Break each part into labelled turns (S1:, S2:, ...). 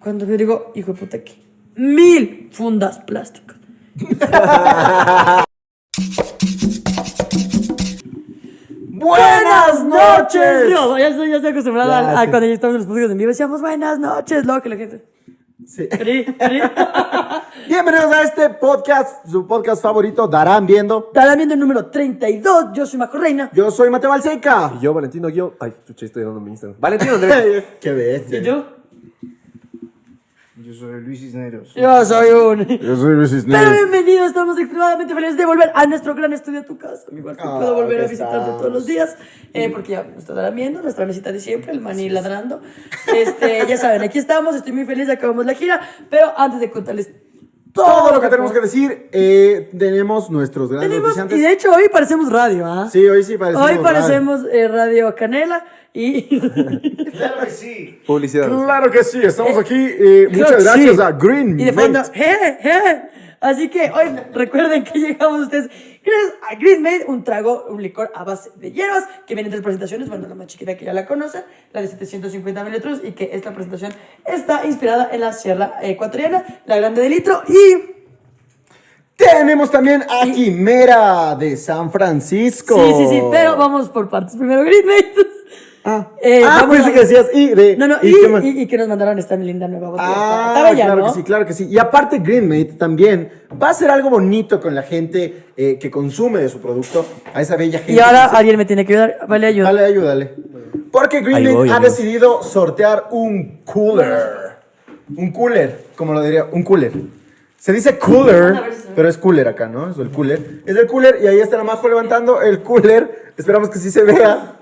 S1: Cuando yo digo, hijo de puta, ¿qué? Mil fundas plásticas.
S2: ¡Buenas noches!
S1: Digo, ya estoy, ya estoy acostumbrada
S2: Ya,
S1: a, a
S2: sí.
S1: cuando ya estamos en los podcasts en vivo. Decíamos, buenas noches, loco, que la gente.
S2: Sí.
S1: Cri, cri.
S2: Bienvenidos a este podcast, su podcast favorito, Darán Viendo.
S1: Estarán viendo el número 32. Yo soy Majo Reina.
S2: Yo soy Mateo Balseca.
S3: Y yo, Valentino, yo. Ay, chucha, estoy dando mi Instagram. Valentino Andrés.
S2: ¡Qué bestia!
S1: yo?
S4: Yo soy Luis Cisneros.
S1: Yo soy un.
S2: Yo soy Luis
S1: Pero bienvenidos, estamos extremadamente felices de volver a nuestro gran estudio a tu casa. Mi cuarto
S2: Ah,
S1: puedo volver a
S2: aquí
S1: visitarte
S2: estamos.
S1: todos los días, eh, porque ya nos estarán viendo, nuestra mesita de siempre, el maní ladrando. Este, ya saben, aquí estamos, estoy muy feliz, acabamos la gira, pero antes de contarles todo,
S2: Todo lo que tenemos que decir, eh, tenemos nuestros grandes
S1: tenemos, y
S2: noticiantes.
S1: de hecho hoy parecemos radio, ¿ah?
S2: Sí, hoy sí parecemos.
S1: hoy parecemos eh, Radio Canela y...
S4: Claro que sí.
S3: Publicidad.
S2: Claro que sí, estamos aquí. eh,
S1: Claro
S2: muchas
S1: que
S2: gracias
S1: sí.
S2: a Green
S1: Y de fondo,
S2: Mate.
S1: "Je, je". Así que hoy recuerden que llegamos ustedes gracias a Green Made, un trago, un licor a base de hierbas que viene en tres presentaciones. Bueno, la más chiquita que ya la conocen, la de 750 mililitros, y que esta presentación está inspirada en la Sierra Ecuatoriana, la grande de litro. Y
S2: Tenemos también a Quimera de San Francisco.
S1: sí, sí, sí, pero vamos por partes. Primero, Green Made.
S2: Ah,
S1: Eh,
S2: ah
S1: vamos
S2: pensé
S1: a-
S2: que decías y de.
S1: No, no, y,
S2: qué más?
S1: y- y que nos mandaron esta linda nueva botella.
S2: Ah,
S1: Estaba ya,
S2: claro
S1: ¿no?
S2: que sí, claro que sí. Y aparte, Greenmate también va a hacer algo bonito con la gente eh, que consume de su producto, a esa bella gente.
S1: Y ahora
S2: que
S1: alguien me tiene que ayudar. Vale,
S2: se-
S1: ayuda.
S2: Dale, ayúdale. Porque
S3: Ahí voy,
S2: Greenmate ha
S3: amigos.
S2: decidido sortear un cooler. Un cooler, como lo diría, un cooler. Se dice cooler, pero es cooler acá, ¿no? Es el cooler. Es el cooler y ahí está la majo levantando el cooler. Esperamos que sí se vea.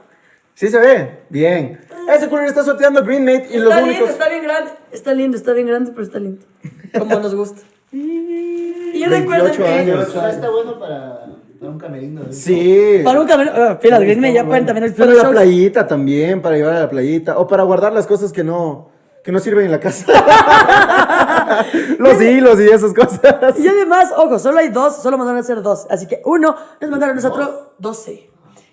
S2: Sí se ve. Bien. Ese cooler está sorteando Greenmate y los
S1: Está lindo,
S2: únicos.
S1: está bien grande. Está lindo, está bien grande, pero está lindo. Como nos gusta. Y recuerden
S2: 28 años.
S1: que.
S4: O sea, está bueno para, para un camerino. ¿eh?
S2: Sí.
S1: Para un camino. ah, pilas, Greenme, ya pueden también
S2: Para
S1: explorar
S2: la playita también, para llevar a la playita. O para guardar las cosas que no, que no sirven en la casa. Los hilos y esas cosas.
S1: Y además, ojo, solo hay dos, solo mandaron a hacer dos. Así que uno les mandaron a nosotros 12.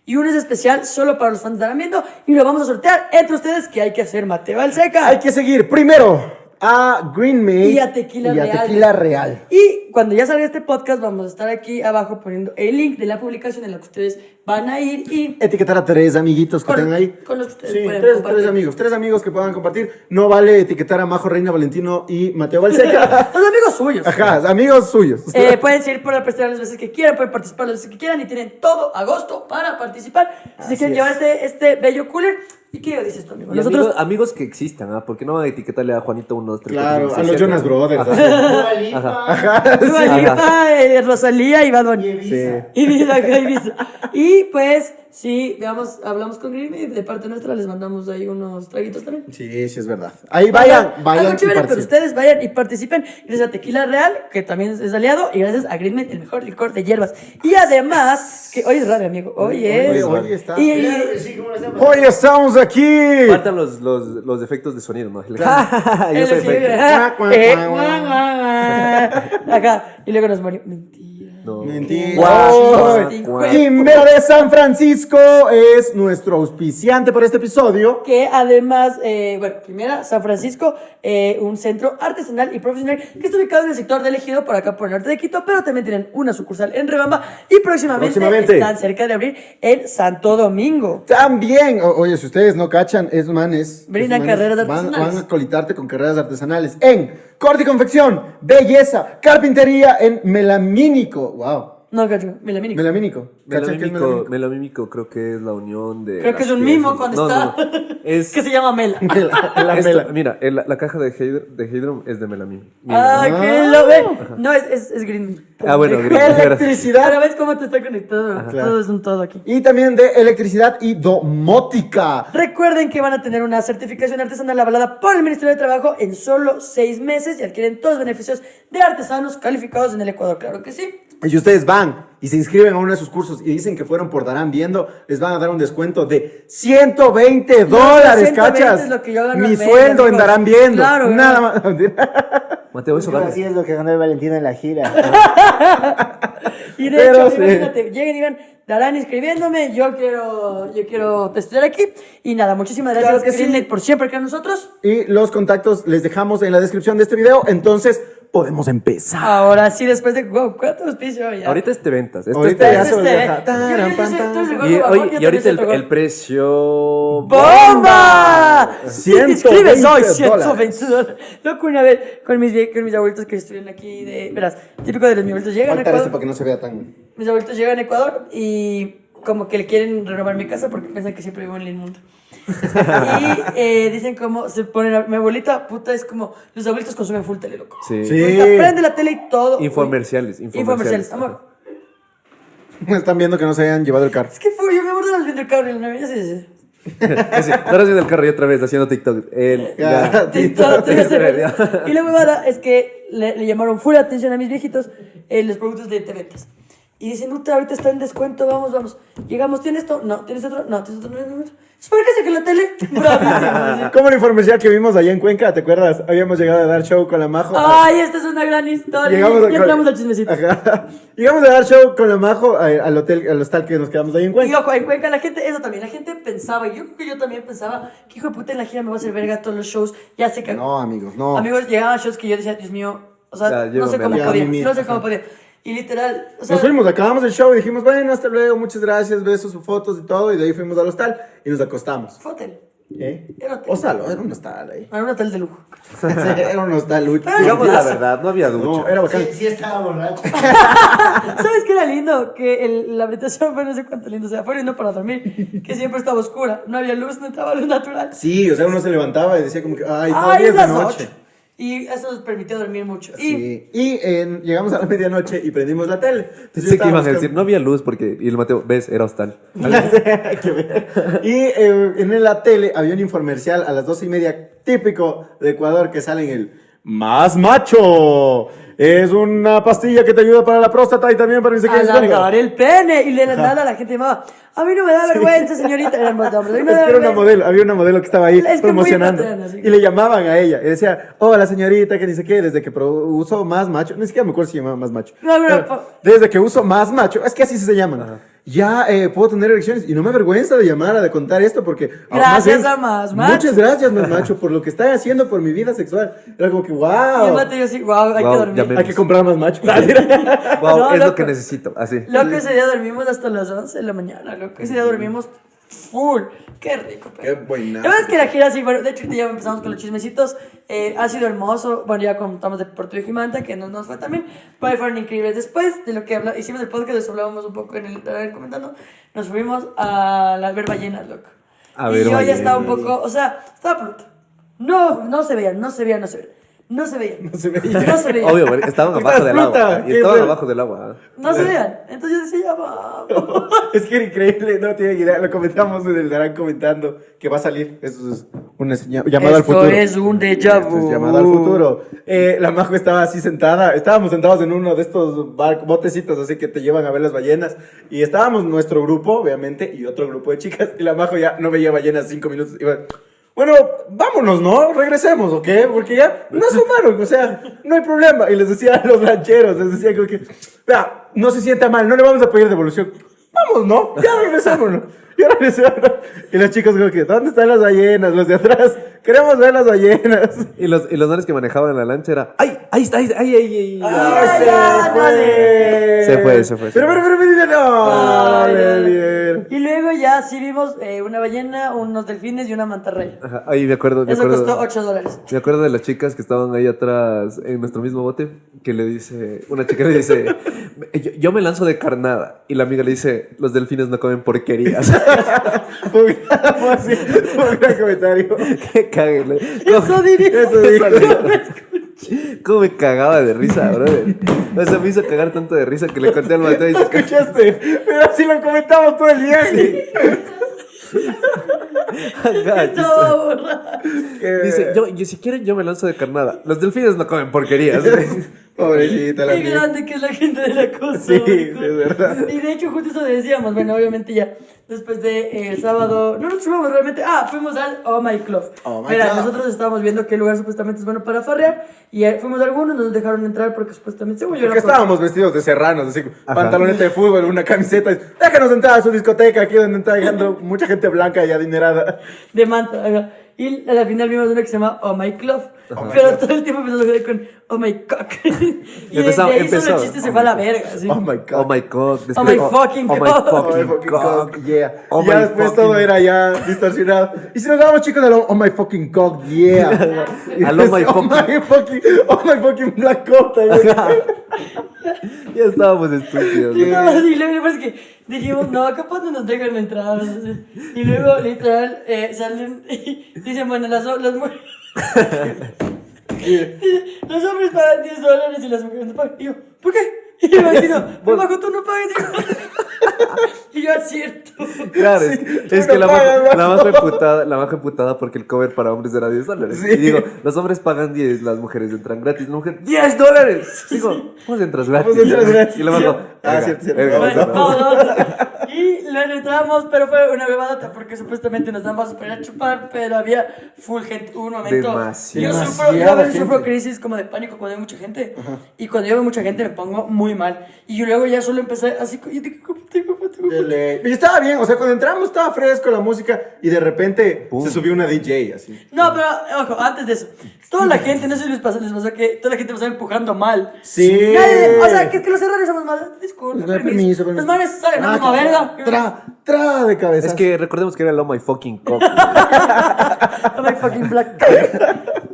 S1: Y uno es especial solo para los fans de Aramiento y lo vamos a sortear entre ustedes que hay que hacer Mateo Alseca.
S2: Hay que seguir primero a Green Mate
S1: Y a Tequila
S2: y a
S1: Real.
S2: Tequila Real.
S1: Y cuando ya salga este podcast, vamos a estar aquí abajo poniendo el link de la publicación en la que ustedes van a ir y
S2: Etiquetar a tres amiguitos que
S1: Con-
S2: tengan ahí.
S1: con los que ustedes
S2: Sí,
S1: puedan
S2: tres,
S1: compartir.
S2: tres amigos. Tres amigos que puedan compartir. No vale etiquetar a Majo Reina Valentino y Mateo Balseca.
S1: los amigos suyos.
S2: Ajá, amigos suyos.
S1: Eh, pueden seguir por la prestar las veces que quieran, pueden participar las veces que quieran y tienen todo agosto para participar. Si se quieren
S2: es.
S1: llevar este, este bello cooler, ¿y qué dices tú, amigo?
S3: Y
S1: Nosotros,
S3: amigos, amigos que existan, ¿ah? Porque no van a etiquetarle a Juanito 1, 2, 3,
S2: claro, a los Jonas Brothers. así.
S4: Dua Lipa.
S1: Dua Lipa, eh, Rosalía y Bad Bunny.
S4: Y Ibiza.
S1: Y Vida Davis. Y pues, sí, veamos, hablamos con Green y de parte nuestra les mandamos ahí unos traguitos también.
S2: Sí, sí, es verdad. Ahí vayan, vayan.
S1: Algo
S2: y
S1: chévere, pero
S2: participen.
S1: ustedes vayan y participen. Gracias a Tequila Real, que también es aliado, y gracias a Greenman, el mejor licor de hierbas. Y además, que hoy es radio, amigo. Hoy es.
S2: Hoy- hoy está.
S1: Y,
S4: Claro
S1: y-
S4: que sí, ¿cómo lo están
S2: Hoy estamos aquí.
S3: Faltan los, los, los efectos de sonido, ¿no? Yo soy
S1: Él escribe,
S3: efecto.
S1: "Ah,
S2: Cuac,
S1: eh,
S2: cuac,
S1: guau, guau, guau". Acá, y luego nos morimos. Mentira.
S3: No.
S2: Mentira.
S3: Guau,
S1: Ay,
S3: guau.
S1: hijo
S2: Quimera de San Francisco es nuestro auspiciante para este episodio.
S1: Que además, eh, bueno, primera, San Francisco, eh, un centro artesanal y profesional que está ubicado en el sector de Ejido, por acá por el norte de Quito, pero también tienen una sucursal en Rebamba y próximamente,
S2: Próximamente.
S1: están cerca de abrir en Santo Domingo.
S2: También, o- oye, si ustedes no cachan, es manes.
S1: Brindan
S2: esos manes
S1: carreras
S2: van-
S1: artesanales.
S2: Van a colitarte con carreras artesanales en corte y confección, belleza, carpintería en melamínico. Wow.
S1: No, cacho, Melamini.
S2: Melamínico. ¿Cachan qué es
S3: Melomímico, melomímico creo que es la unión de.
S1: Creo que
S3: las
S1: es un
S3: piezas.
S1: mimo cuando
S3: No,
S1: está.
S3: no, no. Es.
S1: que se llama Mela.
S2: Mela- la
S3: esto-
S2: mela.
S3: Mira, el- la caja de Heidrum de Heidrum es de melamín.
S1: Ah, que lo ve. No, es, es, es Green.
S3: Ah, bueno, Green.
S2: Electricidad.
S1: Ahora ves cómo te está conectado. Todo es un todo aquí.
S2: Y también de electricidad y domótica.
S1: Recuerden que van a tener una certificación artesanal avalada por el Ministerio de Trabajo en solo seis meses y adquieren todos los beneficios de artesanos calificados en el Ecuador. Claro que sí.
S2: Y ustedes van y se inscriben a uno de sus cursos y dicen que fueron por Darán Viendo, les van a dar un descuento de 120 dólares,
S1: 120
S2: cachas.
S1: es lo que yo gano
S2: Mi
S1: al mes,
S2: sueldo en
S1: amigos.
S2: Darán Viendo.
S1: Claro, ¿eh?
S2: Nada
S1: ¿verdad?
S2: más.
S3: Mateo, eso gana.
S4: Así es lo que ganó el Valentino en la gira.
S1: Y de
S2: Pero
S1: hecho,
S2: sí.
S1: imagínate, lleguen y digan, Darán escribiéndome, yo quiero, yo quiero testear aquí. Y nada, muchísimas gracias
S2: Claro que sí.
S1: Greenlight, por siempre con nosotros.
S2: Y los contactos les dejamos en la descripción de este video, entonces podemos empezar.
S1: Ahora sí, después de wow, cuánto auspicio ya.
S3: Ahorita es de ventas. Esto
S2: Ahorita
S3: es
S2: ya
S1: Entonces,
S2: se
S1: este,
S2: volvió ja-
S1: yo- yo- yo soy- tú eres el
S3: Y,
S1: gordo
S3: oye,
S1: bajón, yo
S3: y ahorita
S1: también
S3: el,
S1: soy
S3: el precio.
S1: ¡Bomba! Si te
S2: 120
S1: inscribes hoy,
S2: dólares.
S1: 120 dólares. Loco, una vez con mis, vie- con mis abuelitos que estuvieron aquí de. Verás, típico de los mis abuelitos llegan a
S2: Faltar esto para
S1: Ecuador.
S2: que no se vea tan.
S1: Mis abuelitos llegan a Ecuador y como que le quieren renovar mi casa porque piensan que siempre vivo en el mundo. y eh, dicen como se ponen a- mi abuelita puta es como los abuelitos consumen full tele loco.
S3: Sí.
S2: Sí.
S1: Ahorita Prende la tele y todo.
S3: Infomerciales,
S1: Infomerciales.
S3: infomerciales.
S1: Amor,
S2: Están viendo que no se hayan llevado el carro.
S1: es que fue, yo me acuerdo de los viendo el cable en la vida. sí, sí.
S3: Ese, Daros en el carro y otra vez haciendo TikTok. El,
S2: Ya.
S3: ya.
S1: Sí,
S2: Tito,
S1: todo, todo
S3: Tito,
S1: se
S3: Tito.
S1: perdió. Y la huevada es que le, le llamaron full atención a mis viejitos eh, los productos de Teventas. Y dicen, puta, ahorita está en descuento, vamos, vamos. Llegamos, ¿tienes esto? No, ¿tienes otro? No, ¿tienes otro? No, no, no. Es para que saque la tele. Bravísimo.
S2: Como el informe que vimos allá en Cuenca, ¿te acuerdas? Habíamos llegado a dar show con la Majo.
S1: Ay, esta es una gran historia.
S2: Llegamos
S1: Ah, ya
S2: a,
S1: entramos al chismecito.
S2: Ajá. Llegamos a dar show con la Majo a- al hotel, al hostal que nos quedamos ahí en
S1: Y
S2: Cuenca.
S1: ojo, en Cuenca la gente, eso también, la gente pensaba, y yo creo que yo también pensaba, que hijo de puta en la gira me va a hacer verga todos los shows, ya se cagó.
S2: No, amigos, no.
S1: Amigos, llegaban shows que yo decía, Dios mío, o sea,
S3: Ya,
S1: no sé
S3: llévame,
S1: cómo
S2: ya,
S1: podía,
S2: mimir,
S1: no sé
S2: ajá.
S1: cómo podía. Y literal, o sea,
S2: Nos fuimos, acabamos el show y dijimos, bueno, hasta luego, muchas gracias, besos, fotos y todo. Y de ahí fuimos al hostal y nos acostamos.
S1: fue hotel.
S2: ¿Eh?
S1: Era hotel.
S2: Hostal, era un hostal ahí.
S1: Era un hotel de lujo.
S2: Sí, era un hostal, uy.
S1: Pero
S3: Digamos la
S1: Plaza.
S3: verdad, no había ducha.
S2: No, era bacán.
S4: Sí, sí estaba borracho.
S1: ¿Sabes qué era lindo? Que el- la habitación fue no sé cuánto lindo, o sea, fue lindo para dormir, que siempre estaba oscura, no había luz, no estaba luz natural.
S2: Sí, o sea, uno se levantaba y decía como que, ay, no,
S1: Ay,
S2: 10
S1: es
S2: de
S1: las
S2: noche.
S1: ocho. Y eso nos permitió dormir mucho. Y
S2: Sí. Y en- llegamos a la medianoche y prendimos la tele. Entonces
S3: Pensé que
S2: estábamos
S3: ibas a decir,
S2: con-
S3: no había luz porque. Y el Mateo, ves, era hostal.
S2: Qué ver. y eh, en la tele había un infomercial a las doce y media, típico de Ecuador, que sale en el Más Macho. Es una pastilla que te ayuda para la próstata y también para el
S1: alargar el pene. Y de la nada la gente llamaba, a mí no me da vergüenza, señorita. Eran más de hombres, a mí no me da
S2: Es que era una
S1: vergüenza.
S2: modelo, había una modelo que estaba ahí
S1: Es que muy
S2: promocionando.
S1: patrona, sí.
S2: Y le llamaban a ella. Y decía, hola señorita, que ni sé qué, desde que pro- uso más macho. Ni siquiera me acuerdo si llamaba más macho.
S1: No, pero-
S2: Pero, desde que uso más macho, es que así se llaman. Ya eh, puedo tener erecciones y no me avergüenza de llamar a de contar esto porque. ah,
S1: Gracias
S2: bien,
S1: a Más Macho.
S2: Muchas gracias, más macho, por lo que están haciendo por mi vida sexual. Era como que,
S1: Y el
S2: wow.
S1: mate yo así, wow, hay
S3: Guau,
S1: que
S3: ya
S1: dormir.
S3: me-
S2: Hay que comprar más macho.
S3: Wow,
S1: No,
S3: es
S1: loco.
S3: lo que necesito. Así.
S1: Loco, ese día dormimos hasta las 11 de la mañana, loco. Ese día dormimos full. Qué rico, pero.
S2: Qué buenazo.
S1: La verdad es que la gira así, bueno, de hecho, ahorita ya empezamos con los chismecitos. eh, ha sido hermoso. Bueno, ya contamos de Puerto Viejo y Manta, que no nos fue también. Pero fueron increíbles. Después de lo que habla- hicimos el podcast, les hablábamos un poco en el en comentando. Nos fuimos a la ver ballenas, loco.
S3: A
S1: y
S3: ver
S1: yo ya
S3: ballenas.
S1: estaba un poco, o sea, estaba pronto. No, no se veían, no se veían, no se veían. No se veían. No
S2: se veían.
S1: No se veían.
S3: Obvio, güey, estaban
S2: Estás
S3: abajo del
S2: fruta,
S3: agua. Y
S2: qué
S3: estaban
S2: bueno.
S3: abajo del agua. ¿eh?
S1: No se veían. Entonces yo decía, ya vamos.
S2: Es que era increíble, no tiene idea. Lo comentamos en el Darán comentando que va a salir. Eso es una señal- llamada al
S1: Esto
S2: futuro.
S1: es un déjà vu.
S2: Esto es llamada al futuro. Eh, la Majo estaba así sentada. Estábamos sentados en uno de estos bar- botecitos, así que te llevan a ver las ballenas. Y estábamos nuestro grupo, obviamente, y otro grupo de chicas. Y la Majo ya no veía ballenas cinco minutos. Iba, bueno, vámonos, ¿no? Regresemos, ¿ok? Porque ya nos sumaron, o sea, no hay problema. Y les decía a los rancheros, les decía como que, vea, no se sienta mal, no le vamos a pedir devolución. Vamos, ¿no? Ya regresamos, ¿no? Ya regresamos. Y los chicos como que, ¿dónde están las ballenas? Los de atrás, queremos ver las ballenas.
S3: Y los, y los manes que manejaban en la lancha era, ¡ay! ¡Ahí está! ¡Ahí está! ¡Ay, ay, ay!
S1: Ay,
S2: ¡Ah,
S1: ya,
S2: fue!
S3: Se fue, se fue, se
S2: Pero,
S3: fue.
S2: pero, pero, pero, no,
S1: Ay,
S2: dale,
S1: ay, ay.
S2: bien.
S1: Y luego ya sí vimos eh, una ballena, unos delfines y una mantarraya.
S3: Ajá, Ay, me acuerdo, me
S1: Eso
S3: acuerdo.
S1: costó 8 dólares.
S3: Me acuerdo de las chicas que estaban ahí atrás en nuestro mismo bote, que le dice, una chica le dice, yo, yo me lanzo de carnada. Y la amiga le dice, los delfines no comen porquerías.
S2: Fue un- fue así, fue un gran comentario.
S3: Qué cague,
S1: Eso diría.
S2: Eso dijo.
S3: ¿Cómo me cagaba de risa, brother? O sea, me hizo cagar tanto de risa que le conté al Mateo y se cagó.
S2: ¿Escuchaste? Pero si lo comentamos todo el día. sí.
S3: "Ah,
S1: Estaba borrada.
S2: Que-
S1: Oh
S3: Dice, yo, yo si quieren yo me lanzo de carnada. Los delfines no comen porquerías.
S2: Pobrecita la
S1: Qué
S2: amiga.
S1: grande que es la gente de la cosa.
S2: Sí, de verdad.
S1: Y de hecho, justo eso decíamos. Bueno, obviamente ya después de eh, el sábado. No nos chupamos realmente. Ah, fuimos al Oh My Club.
S2: Oh My
S1: Mira,
S2: Club.
S1: nosotros estábamos viendo qué lugar supuestamente es bueno para farrear. Y eh, fuimos a algunos, no nos dejaron entrar porque supuestamente según yo
S2: Porque
S1: era por-
S2: estábamos vestidos de serranos, así,
S3: Ajá.
S2: pantaloneta de fútbol, una camiseta. y, Déjanos entrar a su discoteca, aquí donde está llegando mucha gente blanca y adinerada.
S1: de manta. ajá. Y a la final vimos una que se llama Oh My Club. Pero todo el tiempo empezó a jugar con Oh My Cock. y de-
S3: Empezaba-
S1: de ahí solo el
S3: empezaba.
S1: chiste se fue a la verga. ¿sí?
S2: Oh my
S3: Oh
S2: god.
S3: my god. después-
S1: Oh my fucking
S3: oh my
S1: God.
S2: Oh my
S3: fucking
S2: fucking
S3: god.
S2: cock, yeah.
S3: Oh
S2: y ya
S3: my
S2: después
S3: fucking-
S2: todo era ya distorsionado. Y si nos damos chicos al oh my fucking cock, yeah. Y
S3: Al oh my
S2: después, my fucking, oh my fucking black cock también.
S3: Ya estábamos estúpidos.
S1: Y
S3: ¿no?
S1: no, y luego lo que pasa es que dijimos, no, capaz no nos dejan entrar. no sé. Y luego, literal, eh, salen y dicen, bueno, las, o- las mujeres. Los hombres pagan 10 dólares y las mujeres no pagan. Y yo, ¿por qué? Y yo imagino, por bajo tú no pagas. Y yo, "Es cierto.
S3: Claro, es-
S2: Sí,
S3: es,
S2: pero
S3: que la
S2: pagan,
S3: más,
S2: ¿no?
S3: la más reputada, la más reputada porque el cover para hombres era 10 dólares.
S2: Sí.
S3: Y digo, los hombres pagan 10, las mujeres entran gratis. La mujer, 10 dólares. Digo, vos entras gratis.
S2: Vos Pues entras gratis.
S3: Y la bajo,
S2: Ah, cierto, cierto.
S1: Bueno,
S2: Vamos,
S1: vamos, vamos. Y lo entramos, pero fue una bebadota porque supuestamente nos damos para chupar, pero había full gente. Hubo un momento. yo
S3: Demasiada
S1: sufro, yo a
S2: Demasiada
S1: veces sufro
S2: gente.
S1: crisis como de pánico cuando hay mucha gente. Y cuando yo veo mucha gente me pongo muy mal. Y yo luego ya solo empecé así. co- Y digo, "Puta, hijo de puta".
S2: De ley. Y estaba bien, o sea, cuando entramos estaba fresco la música y de repente se subió una DJ así.
S1: No, pero ojo, antes de eso, toda la gente, no sé si les pasó, les pasó que toda la gente me estaba empujando mal.
S2: Sí.
S1: Nadie- o sea, que, que los errores somos más. Disculpa,
S2: Da
S1: permiso. Los manes salen
S2: Ah,
S1: a como verga.
S2: Tra, tra de cabeza.
S3: Es que recordemos que era el Oh My Fucking Cock.
S1: I'm like fucking black.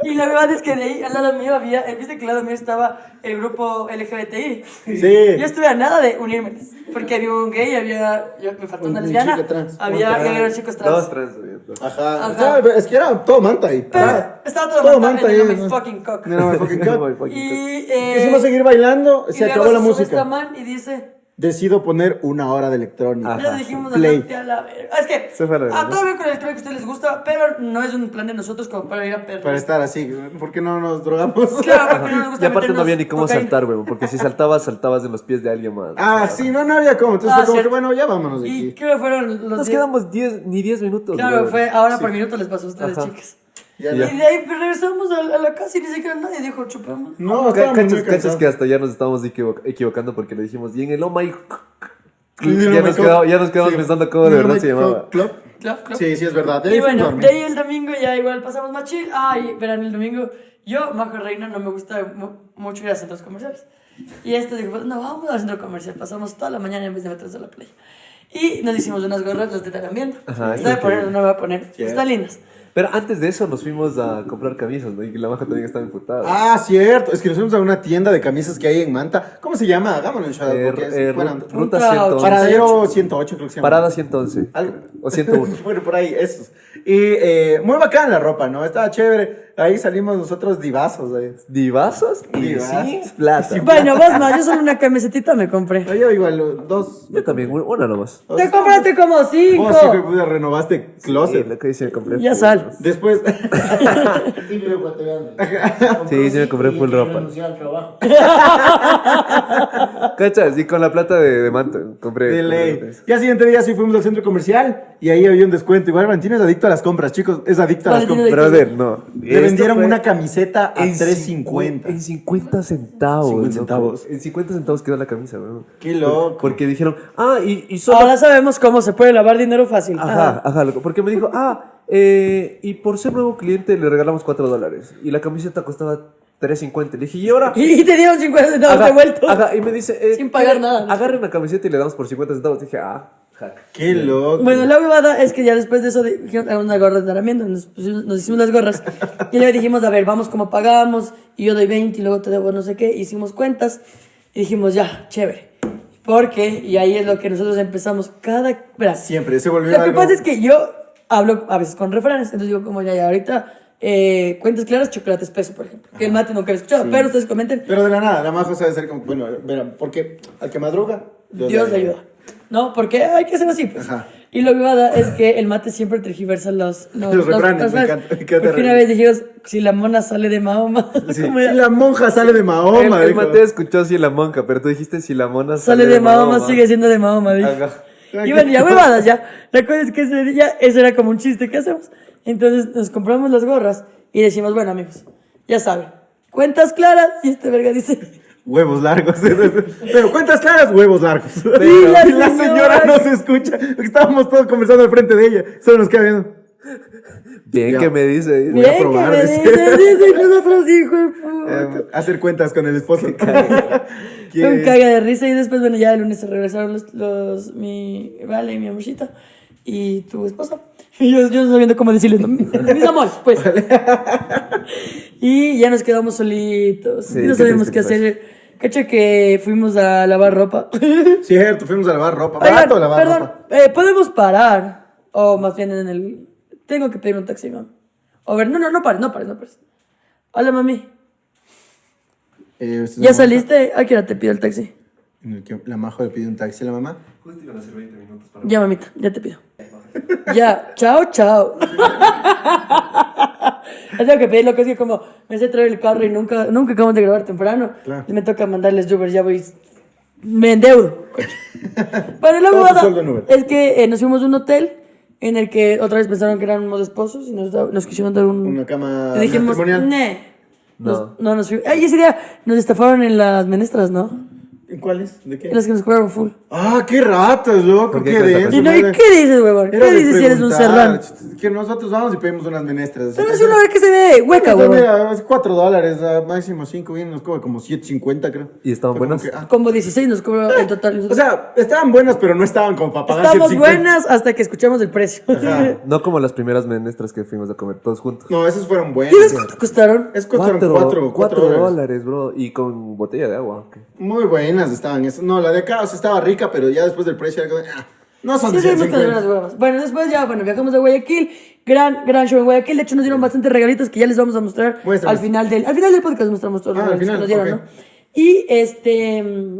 S1: y la verdad es que de ahí al lado mío había, eh, viste que al lado mío estaba el grupo LGBTI.
S2: Sí.
S1: Yo estuve a nada de unirme, porque había un gay, había, yo, me faltó una
S2: Un
S1: lesbiana,
S2: chico trans.
S1: había,
S2: Un trans.
S1: había chicos trans.
S3: Dos trans. dos.
S2: Ajá.
S1: Ajá.
S2: Estaba- pero es que era todo manta ahí.
S1: Pero
S3: Ah.
S2: Ajá.
S1: estaba todo, manta,
S2: ahí.
S1: en el
S2: ¿no?
S1: fucking cock.
S2: Era my fucking
S3: Oh my
S2: cock.
S3: fucking cock.
S1: Y, eh,
S2: Quisimos seguir bailando,
S1: y
S2: se
S1: luego
S2: acabó la
S1: sube esta
S2: música.
S1: man y dice,
S2: Decido poner una hora de electrónica.
S1: Ya dijimos
S2: Play.
S1: "Andate a la verga. Es que
S3: Se fue a la
S1: a
S3: verga.
S1: todo bien con el club que a ustedes les gusta, pero no es un plan de nosotros como para ir a perros.
S3: Este,
S2: Para estar así, ¿por qué no nos drogamos?
S1: Claro, porque no nos
S3: Y
S1: gusta
S3: aparte no
S1: meternos
S3: había ni cómo
S1: cocaína.
S3: saltar, weón. Porque si saltabas, saltabas en los pies de alguien más.
S2: Ah, sí, no, no había como. Entonces
S1: Ah,
S2: fue como que,
S1: cierto.
S2: bueno, ya vámonos de
S1: ¿Y
S2: aquí.
S1: qué fueron los
S3: Nos
S1: días?
S3: quedamos 10, ni 10 minutos.
S1: Claro,
S3: weón.
S1: fue ahora por minuto les pasó a ustedes,
S3: Ajá.
S1: chicas.
S2: Ya
S1: Y
S2: no.
S1: de ahí pues, regresamos a, a la casa y ni siquiera nadie dijo chupamos.
S2: No,
S3: Ca-
S2: estábamos muy
S3: Cachas, cachas
S2: cansados.
S3: que hasta ya nos estábamos equivo- equivocando porque le dijimos, y en el Oh My
S2: Y en el
S3: ya,
S2: Oh My
S3: nos quedaba-
S2: Cock.
S3: ya nos quedamos
S2: Sí.
S3: pensando cómo de
S2: Y en el
S3: verdad
S2: Oh
S3: se
S2: My Cock
S3: llamaba.
S2: Club.
S1: Claro, claro.
S2: Sí, sí, es verdad.
S1: Y bueno,
S2: dormí.
S1: de ahí el domingo ya igual pasamos más chill. Ay, verán, el domingo yo, Majo Reina, no me gusta mu- mucho ir a centros comerciales. Y este dijo, pues, no, vamos al centro comercial. Pasamos toda la mañana en vez de meterse a la playa. Y nos hicimos unas gorras, las de Taramiento.
S3: Ajá,
S1: Esta voy a poner, no me voy a poner.
S2: Cierto.
S1: Están lindas.
S3: Pero antes de eso nos fuimos a comprar camisas, ¿no? Y la baja también estaba emputada.
S2: Ah, cierto. Es que nos fuimos a una tienda de camisas que hay en Manta. ¿Cómo se llama? Hagámoslo en Shadow.
S3: Eh,
S2: porque es-
S3: eh,
S2: bueno,
S3: ruta,
S1: Punta
S3: ruta
S1: ocho.
S3: 111.
S2: paradero 108 creo que se llama.
S3: Parada 111.
S2: Algo.
S3: O 101.
S2: bueno, por ahí, esos. Y eh, muy bacán la ropa, ¿no? Estaba chévere. Ahí salimos nosotros divazos. eh.
S3: ¿Divazos? Y
S2: Divazos.
S3: sin plata.
S1: Bueno, vos no, yo solo una camisetita me compré.
S2: Yo igual, lo- dos.
S3: Yo también, un- una nomás.
S1: Te compraste como cinco.
S2: Vos Oh, sí que puta, renovaste
S3: Sí,
S2: closet.
S3: lo que dice, me compré. este,
S1: Ya
S3: full.
S1: sal.
S2: Después,
S4: Típico ecuatoriano.
S3: Sí, sí me compré full ropa.
S4: Renunciar al trabajo.
S3: Cachas, y con la plata de, de manto. Compré.
S2: de
S3: compré
S2: ley.
S3: eso.
S2: Y al siguiente día sí fuimos al centro comercial y ahí había un descuento. Igual Valentino es adicto a las compras, chicos. Es adicto a las
S1: Valentino
S2: compras.
S3: Brother, no.
S2: Le vendieron una
S3: camisa
S2: camiseta a 3.50.
S3: En 50 centavos.
S2: 50
S3: loco.
S2: centavos.
S3: En 50 centavos quedó la camisa, weón.
S2: Qué loco.
S3: Porque dijeron, ah, y, y solo
S1: Ahora sabemos cómo se puede lavar dinero fácil.
S3: Ajá, ajá, loco. Porque me dijo, ah, eh, y por ser nuevo cliente le regalamos 4 dólares. Y la camiseta costaba 3.50. Le dije, ¿y ahora?
S1: Y, y te dieron 50 centavos
S3: Ajá,
S1: devueltos.
S3: ajá, y me dice, eh,
S1: Sin pagar
S3: ¿quiere-
S1: nada.
S3: Agarre una camiseta y le damos por 50 centavos. Dije, ah, jaca.
S2: Qué loco.
S1: Bueno, la huevada es que ya después de eso dijeron, "Ah, una gorra de entrenamiento, nos, pusimos- nos hicimos las gorras y luego dijimos, a ver, vamos como pagamos, y yo doy 20 y luego te debo no sé qué, hicimos cuentas y dijimos, ya, chévere. Porque, y ahí es lo que nosotros empezamos, cada... verás,
S2: Siempre se volvió
S1: Lo que
S2: algo-
S1: pasa es que yo hablo a veces con refranes, entonces digo como ya, ya, ahorita... eh, cuentas claras, chocolate espeso, por ejemplo. Que el mate nunca había escuchado, pero ustedes comenten.
S2: Pero de la nada, la majo sabe ser como, bueno, verán, porque al que madruga,
S1: Dios le ayuda. ¿No? Porque hay que hacer así, pues.
S2: Ajá.
S1: Y lo vivada es que el mate siempre tergiversa los...
S2: Los refranes, me encanta, me encanta
S1: Porque una vez
S2: reír.
S1: dijimos, si la mona sale de Mahoma,
S2: Sí.
S1: ¿cómo era?
S2: Si la monja sale de
S1: Oh,
S3: El,
S2: Mahoma.
S3: el
S2: dijo.
S3: Mateo escuchó si la monja, pero tú dijiste si la mona sale,
S1: sale de Mahoma, sigue siendo de Mahoma, dije.
S3: Ajá.
S1: Y bueno, ya huevadas, ya. La cosa es que ese día, eso era como un chiste que hacemos. Entonces nos compramos las gorras y decimos, bueno, amigos, ya saben, cuentas claras. Y este verga dice,
S2: Huevos largos. Pero cuentas claras, huevos largos.
S1: Pero-
S2: Y la, señora no se escucha. porque Estábamos todos conversando al frente de ella. Solo nos queda viendo.
S3: Bien
S2: Ya.
S3: que me dice. eh, dice.
S2: Voy a
S1: bien que
S2: probar,
S1: me
S2: dice.
S1: dice, dice, y nosotros, hijo de puta.
S2: Eh, hacer cuentas con el esposo.
S1: Fue un
S2: Que-
S1: caga de risa y después, bueno, ya el lunes se regresaron los, los- mi vale y mi amorcita y tu esposa. Y yo, yo no sabiendo cómo decirles, no, mis amores, pues. Y ya nos quedamos solitos.
S3: Sí,
S1: y no
S3: qué
S1: sabíamos
S3: triste,
S2: pues.
S1: qué hacer. Cacha que fuimos a lavar ropa.
S2: Cierto, fuimos a lavar ropa.
S1: Oigan,
S2: Barato lavar
S1: perdón,
S2: ropa.
S1: eh, podemos parar. O más bien en el. Tengo que pedir un taxi, mami. O ver, no, no, no pares, no pares, no pares. Hola, mami.
S2: Eh, esto es
S1: ¿Ya
S2: una-
S1: saliste? ¿A qué hora te pido el taxi?
S2: en el que La majo le pide un taxi a la mamá.
S1: Ya, mamita, ya te pido. Ya, chao, chao. Ya tengo que pedir lo que es que como me sé traer el carro y nunca, nunca acabamos de grabar temprano.
S2: Claro.
S1: Me toca mandarles Uber, ya voy. Me endeudo. Pero la
S2: Todo tu
S1: huevada
S2: sueldo en Uber.
S1: es que eh, nos fuimos a un hotel en el que otra vez pensaron que éramos esposos y nos, da- nos quisieron dar un...
S2: Una cama
S1: Mm. y dijimos,
S2: matrimonial.
S1: "Ne".
S3: No.
S1: Nos- no nos fuimos. Ay, ese día nos estafaron en las menestras, ¿no?
S2: ¿En cuáles? ¿De qué?
S1: En las que nos cobraron full.
S2: Ah, qué ratas, loco.
S3: ¿Por qué
S2: Qué
S3: cuenta
S2: denso.
S1: Y no, ¿y qué dices, huevón?
S2: Era
S1: ¿Qué
S2: de
S1: dices si eres un serrano?
S2: preguntar, ch- Que nosotros vamos y pedimos unas menestras.
S1: Pero es una vez que se ve hueca,
S2: Está,
S1: huevón.
S2: mira, es 4 dólares, a máximo 5, bien, nos cobra como 7.50, creo.
S3: ¿Y estaban
S2: Fue como
S3: buenas?
S2: que, ah.
S1: Combo 16 nos cobró en total.
S2: O sea, estaban buenas, pero no estaban como para pagar
S1: Estamos
S2: 7.50.
S1: buenas hasta que escuchamos el precio.
S2: Ajá.
S3: No como las primeras menestras que fuimos a comer todos juntos.
S2: No, esas fueron
S1: ¿Sabes
S2: buenas.
S1: cuánto costaron?
S2: Es costaron 4
S3: cuatro,
S2: cuatro, cuatro
S3: cuatro
S2: dólares.
S3: dólares, bro. Y con botella de agua. ok.
S2: Muy buenas estaban esas. No, la de acá, o sea, estaba rica, pero ya después del precio era como, ah, no son
S1: Sí, sí, hemos tenido
S2: 7.50.
S1: unas huevas. Bueno, después ya, bueno, viajamos a Guayaquil. Gran, gran show en Guayaquil. De hecho, nos dieron bastantes regalitos que ya les vamos a mostrar
S2: Muéstrales.
S1: al final del. Al final del podcast mostramos todos los
S2: Ah, al
S1: regalitos que nos
S2: final,
S1: dieron,
S2: ok.
S1: ¿no? Y este. mm,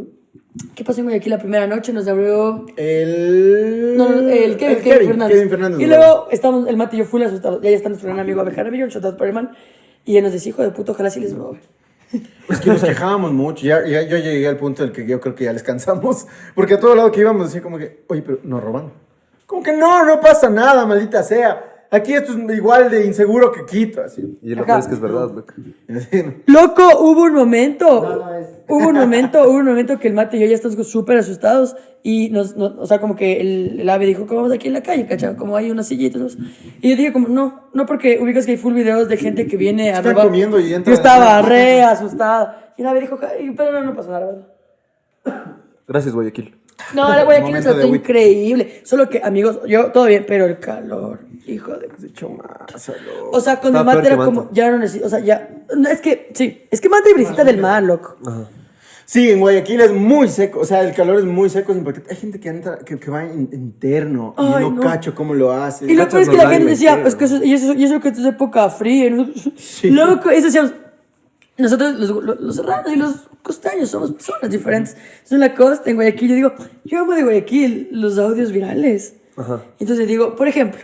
S1: ¿Qué pasó en Guayaquil la primera noche? Nos abrió.
S2: El...
S1: No, no, el Kevin, Kevin Fernández.
S2: Kevin Fernández,
S1: Y
S2: ¿no?
S1: luego estamos, el mate y yo full asustados. Ya, ya está nuestro gran amigo Abejara Millón, Shotat Perman. Y él nos dice, hijo de puto, ojalá sí les robe.
S2: Es que nos quejábamos mucho. Ya, ya- yo llegué al punto en el que yo creo que ya les cansamos. Porque a todo lado que íbamos decía como que, oye, pero nos roban. Como que no, no pasa nada, maldita sea. Aquí esto es igual de inseguro que Quito, así.
S3: Y lo
S1: Ajá.
S3: peor es que es verdad, loco.
S1: Loco, hubo un momento.
S4: No, no es.
S1: Hubo un momento, hubo un momento que el mate y yo ya estamos súper asustados. Y nos, no- o sea, como que el, el ave dijo, ¿cómo vamos aquí en la calle, cacha? Como hay unas sillitas. ¿no? Y yo dije, como, no, no, porque ubicas que hay full videos de gente que viene a
S2: Están
S1: robar.
S2: comiendo y entra-
S1: Yo estaba re asustada. Y el ave dijo, "Ay, pero no, no pasó nada, ¿verdad?
S3: Gracias, Guayaquil.
S1: No, la Guayaquil
S2: Momento
S1: se trató
S2: de wit.
S1: increíble. Solo que, amigos, yo todo bien, pero el calor, hijo de. O sea, con
S3: Está
S1: el mate
S3: peor
S1: era
S3: que
S1: como,
S3: Manta.
S1: ya no necesito, o sea, ya. no, es que, sí, es que mate y brisita del mar, loco.
S2: Sí, en Guayaquil es muy seco. O sea, el calor es muy seco. sin porque Hay gente que, entra, que, que va en- interno y
S1: Ay,
S2: no,
S1: no.
S2: cacho cómo lo hace.
S1: Y lo peor es que la
S3: nos
S1: gente
S3: da
S1: decía,
S3: inventero.
S1: es que eso, y, eso, y eso que esto es época fría. y nosotros- Loco, eso decíamos. Nosotros, los, los, los serranos y los costeños, somos personas diferentes. Entonces, en la costa, en Guayaquil, yo digo, yo amo de Guayaquil los audios virales. Entonces digo, por ejemplo,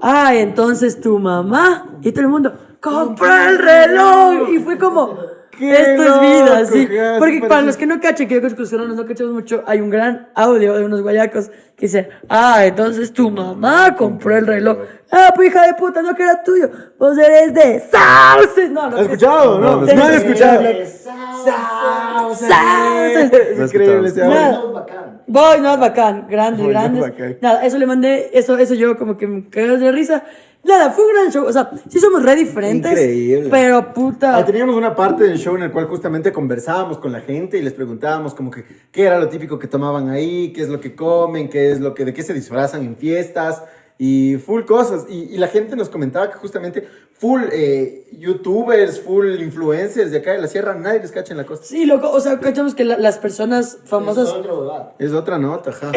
S1: ah, entonces tu mamá y todo el mundo, compró el reloj. Y fue como, esto es
S2: loco,
S1: vida, sí.
S2: ya,
S1: Porque
S2: súper
S1: para
S2: sí.
S1: los que no cachan, que yo creo que los serranos no cachamos mucho, hay un gran audio de unos guayacos que dice, ah, entonces tu mamá compró el reloj. Ah, pues hija de puta, no que era tuyo. Vos eres de sauces. No, no.
S2: ¿Has escuchado? No,
S3: No,
S2: no,
S3: no
S2: han
S1: escuché.
S2: escuchado.
S1: Sauces.
S2: Es increíble ese
S1: No.
S2: audio.
S4: bacán.
S1: Voy, no, es bacán, grande,
S2: Voy, no,
S1: grande.
S2: bacán.
S1: Nada, eso le mandé, eso, eso yo como que me cagué de risa. Nada, fue un gran show, o sea, sí somos re diferentes.
S2: Increíble.
S1: Pero
S2: Ah,
S1: puta.
S2: teníamos una parte del show en el cual justamente conversábamos con la gente y les preguntábamos como que qué era lo típico que tomaban ahí, qué es lo que comen, qué es lo que, de qué se disfrazan en fiestas y full cosas. Y, y la gente nos comentaba que justamente full eh, youtubers, full influencers de acá de la sierra, nadie les cacha en la costa.
S1: Sí, loco, o sea, cachamos que la- las personas famosas.
S4: Es otra huevada.
S2: Es otra nota, ajá.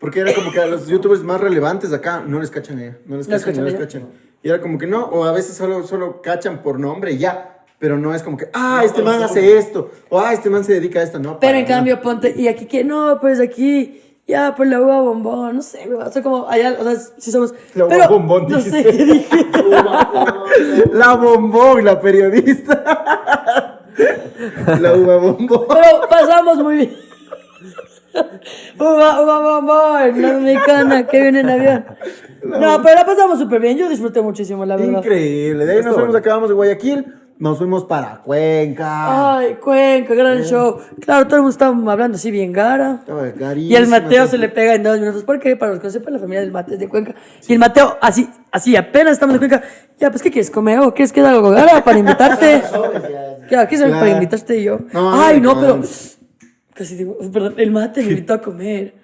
S2: Porque era como que a los youtubers más relevantes de acá no les cachan allá, no les
S1: No les cachan ¿eh?
S2: cachan, no les
S1: allá.
S2: cachan. Y era como que no, o a veces solo, solo cachan por nombre y ya. Pero no es como que, ah, este man hace esto, o ah, este man se dedica a esto,
S1: Pero
S2: no. para
S1: en
S2: nada.
S1: cambio, ponte, y aquí que no, pues aquí Ya, pues la uva bombón, no sé, güey. O sea, como allá, o sea, sí somos.
S2: La uva
S1: pero,
S2: bombón,
S1: No
S2: dijiste.
S1: sé qué dije.
S2: La bombón, la periodista. La uva bombón.
S1: Pero pasamos muy bien. Uva, uva bombón, la dominicana que viene en avión. No, pero la pasamos súper bien. Yo disfruté muchísimo, la verdad.
S2: Increíble. De ahí nos
S3: Está
S2: fuimos,
S3: bueno.
S2: acabamos de Guayaquil, nos fuimos para Cuenca.
S1: Ay, Cuenca, gran show. Claro, todo el mundo está hablando así bien gara.
S2: Estaba
S1: Y el
S2: carísima,
S1: Mateo se le pega en dos minutos. Porque para los que no sepan, la familia del Mateo es de Cuenca. Y el Mateo, así, así, apenas estamos de Cuenca. Ya, pues, ¿qué quieres comer? ¿O quieres que haga algo gara para invitarte? Claro, ¿qué es
S2: Claro.
S1: para invitarte y yo?
S2: No,
S1: Ay,
S2: no,
S1: no,
S2: no.
S1: pero. Casi digo, perdón, el mate me invitó a comer.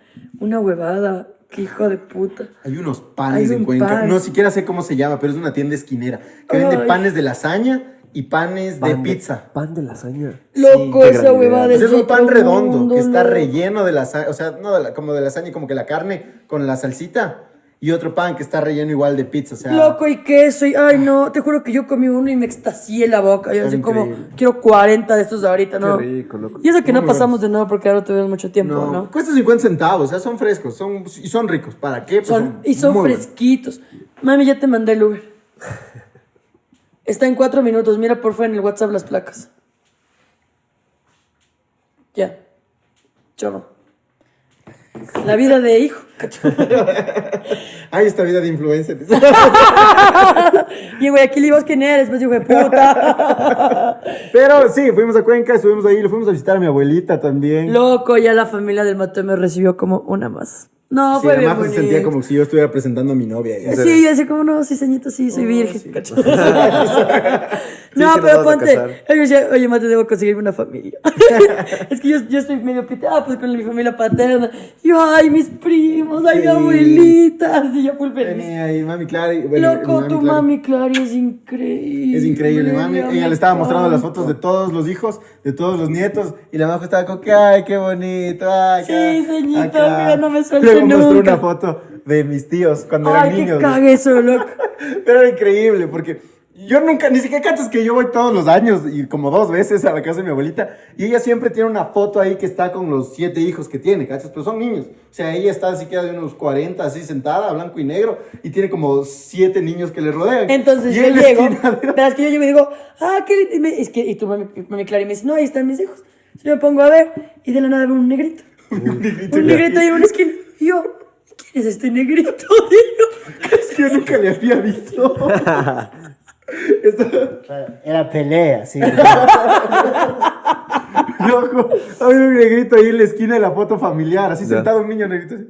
S1: Una huevada. Qué hijo de puta.
S2: Hay unos panes
S1: Hay
S2: en
S1: un
S2: Cuenca.
S1: pan.
S2: No siquiera sé cómo se llama, pero es una tienda esquinera que vende
S1: Ay.
S2: panes de lasaña y panes de
S3: Pan
S2: pizza.
S3: Pan de lasaña.
S1: Loco,
S3: qué gran
S1: esa
S3: idea.
S1: huevada.
S2: Pues es
S1: de
S2: un pan
S1: otro
S2: redondo
S1: mundo,
S2: que está
S1: loco.
S2: relleno de lasaña, o sea, no de la- como de lasaña y como que la carne con la salsita y otro pan que está relleno igual de pizza, o sea,
S1: Loco y queso y ay no, te juro que yo comí uno y me extasié la boca. Yo
S2: Está
S1: así como
S2: increíble.
S1: quiero 40 de estos ahorita, ¿no?
S3: rico, loco.
S1: Y eso que no pasamos de nuevo porque ahora tuvimos mucho tiempo,
S2: no,
S1: ¿no?
S2: cuesta 50 centavos, o sea, son frescos, son y son ricos. ¿Para qué? Pues
S1: Son, y son
S2: muy buenos.
S1: fresquitos. Mami, ya te mandé el Uber. Está en cuatro minutos. Mira por favor en el WhatsApp las placas. Ya. Chavo. La vida de hijo.
S2: Ay, esta vida de influencer.
S1: Y güey, aquí le ibas quién eres, pues hijo de puta.
S2: Pero sí, fuimos a Cuenca, estuvimos ahí, lo fuimos a visitar a mi abuelita también.
S1: Loco, ya la familia del Mateo me recibió como una más. No,
S2: Sí,
S1: fue bien
S2: además se sentía
S1: bonito.
S2: como si yo estuviera presentando a mi novia. ya. Oh,
S1: Sí, yo decía como, no, sí, señorita, sí, soy virgen. cacho. no,
S3: sí, nos
S1: pero
S3: vamos a
S1: ponte.
S3: casar.
S1: Yo decía, oye, mate, debo conseguirme una familia. es que yo, yo estoy medio piteada, pues con mi familia paterna. Y yo, ay, mis primos, ay,
S2: Sí.
S1: mi abuelita. Y yo, full feliz.
S2: Tenía ahí mami Clara. y- bueno,
S1: Loco, tu
S2: Clara.
S1: mami, Clary, es increíble.
S2: Es increíble, mami.
S1: me
S2: Ella le estaba mostrando las
S1: encanta.
S2: fotos de todos los hijos, de todos los nietos, y la majo estaba como que, ay, qué bonito. Ay,
S1: Sí,
S2: acá,
S1: señorita,
S2: acá".
S1: mira, no me suelto
S2: Luego mostró
S1: nunca.
S2: una foto de mis tíos cuando
S1: Ay,
S2: eran
S1: qué
S2: niños.
S1: cague eso, loco.
S2: Pero era increíble, porque yo nunca, ni siquiera cachas que yo voy todos los años y como dos veces a la casa de mi abuelita, y ella siempre tiene una foto ahí que está con los siete hijos que tiene, cachas, pero son niños. O sea, ella está siquiera de unos 40, así sentada, blanco y negro, y tiene como siete niños que le rodean.
S1: Entonces
S2: Y
S1: yo
S2: en la
S1: llego,
S2: esquina de-
S1: verás que yo llego y digo, ah, qué lindo. Y, me- es que, y tu mami, mami Clara y me dice, no, ahí están mis hijos. Entonces yo me pongo a ver y de la nada veo un negrito. un negrito ahí en una esquina. Y yo, ¿quién es este negrito? Digo,
S2: Es que yo nunca le había visto. Estaba-
S4: Era pelea, sí.
S2: loco. Había un negrito ahí en la esquina de la foto familiar, así
S3: Ya.
S2: sentado un niño negrito. así.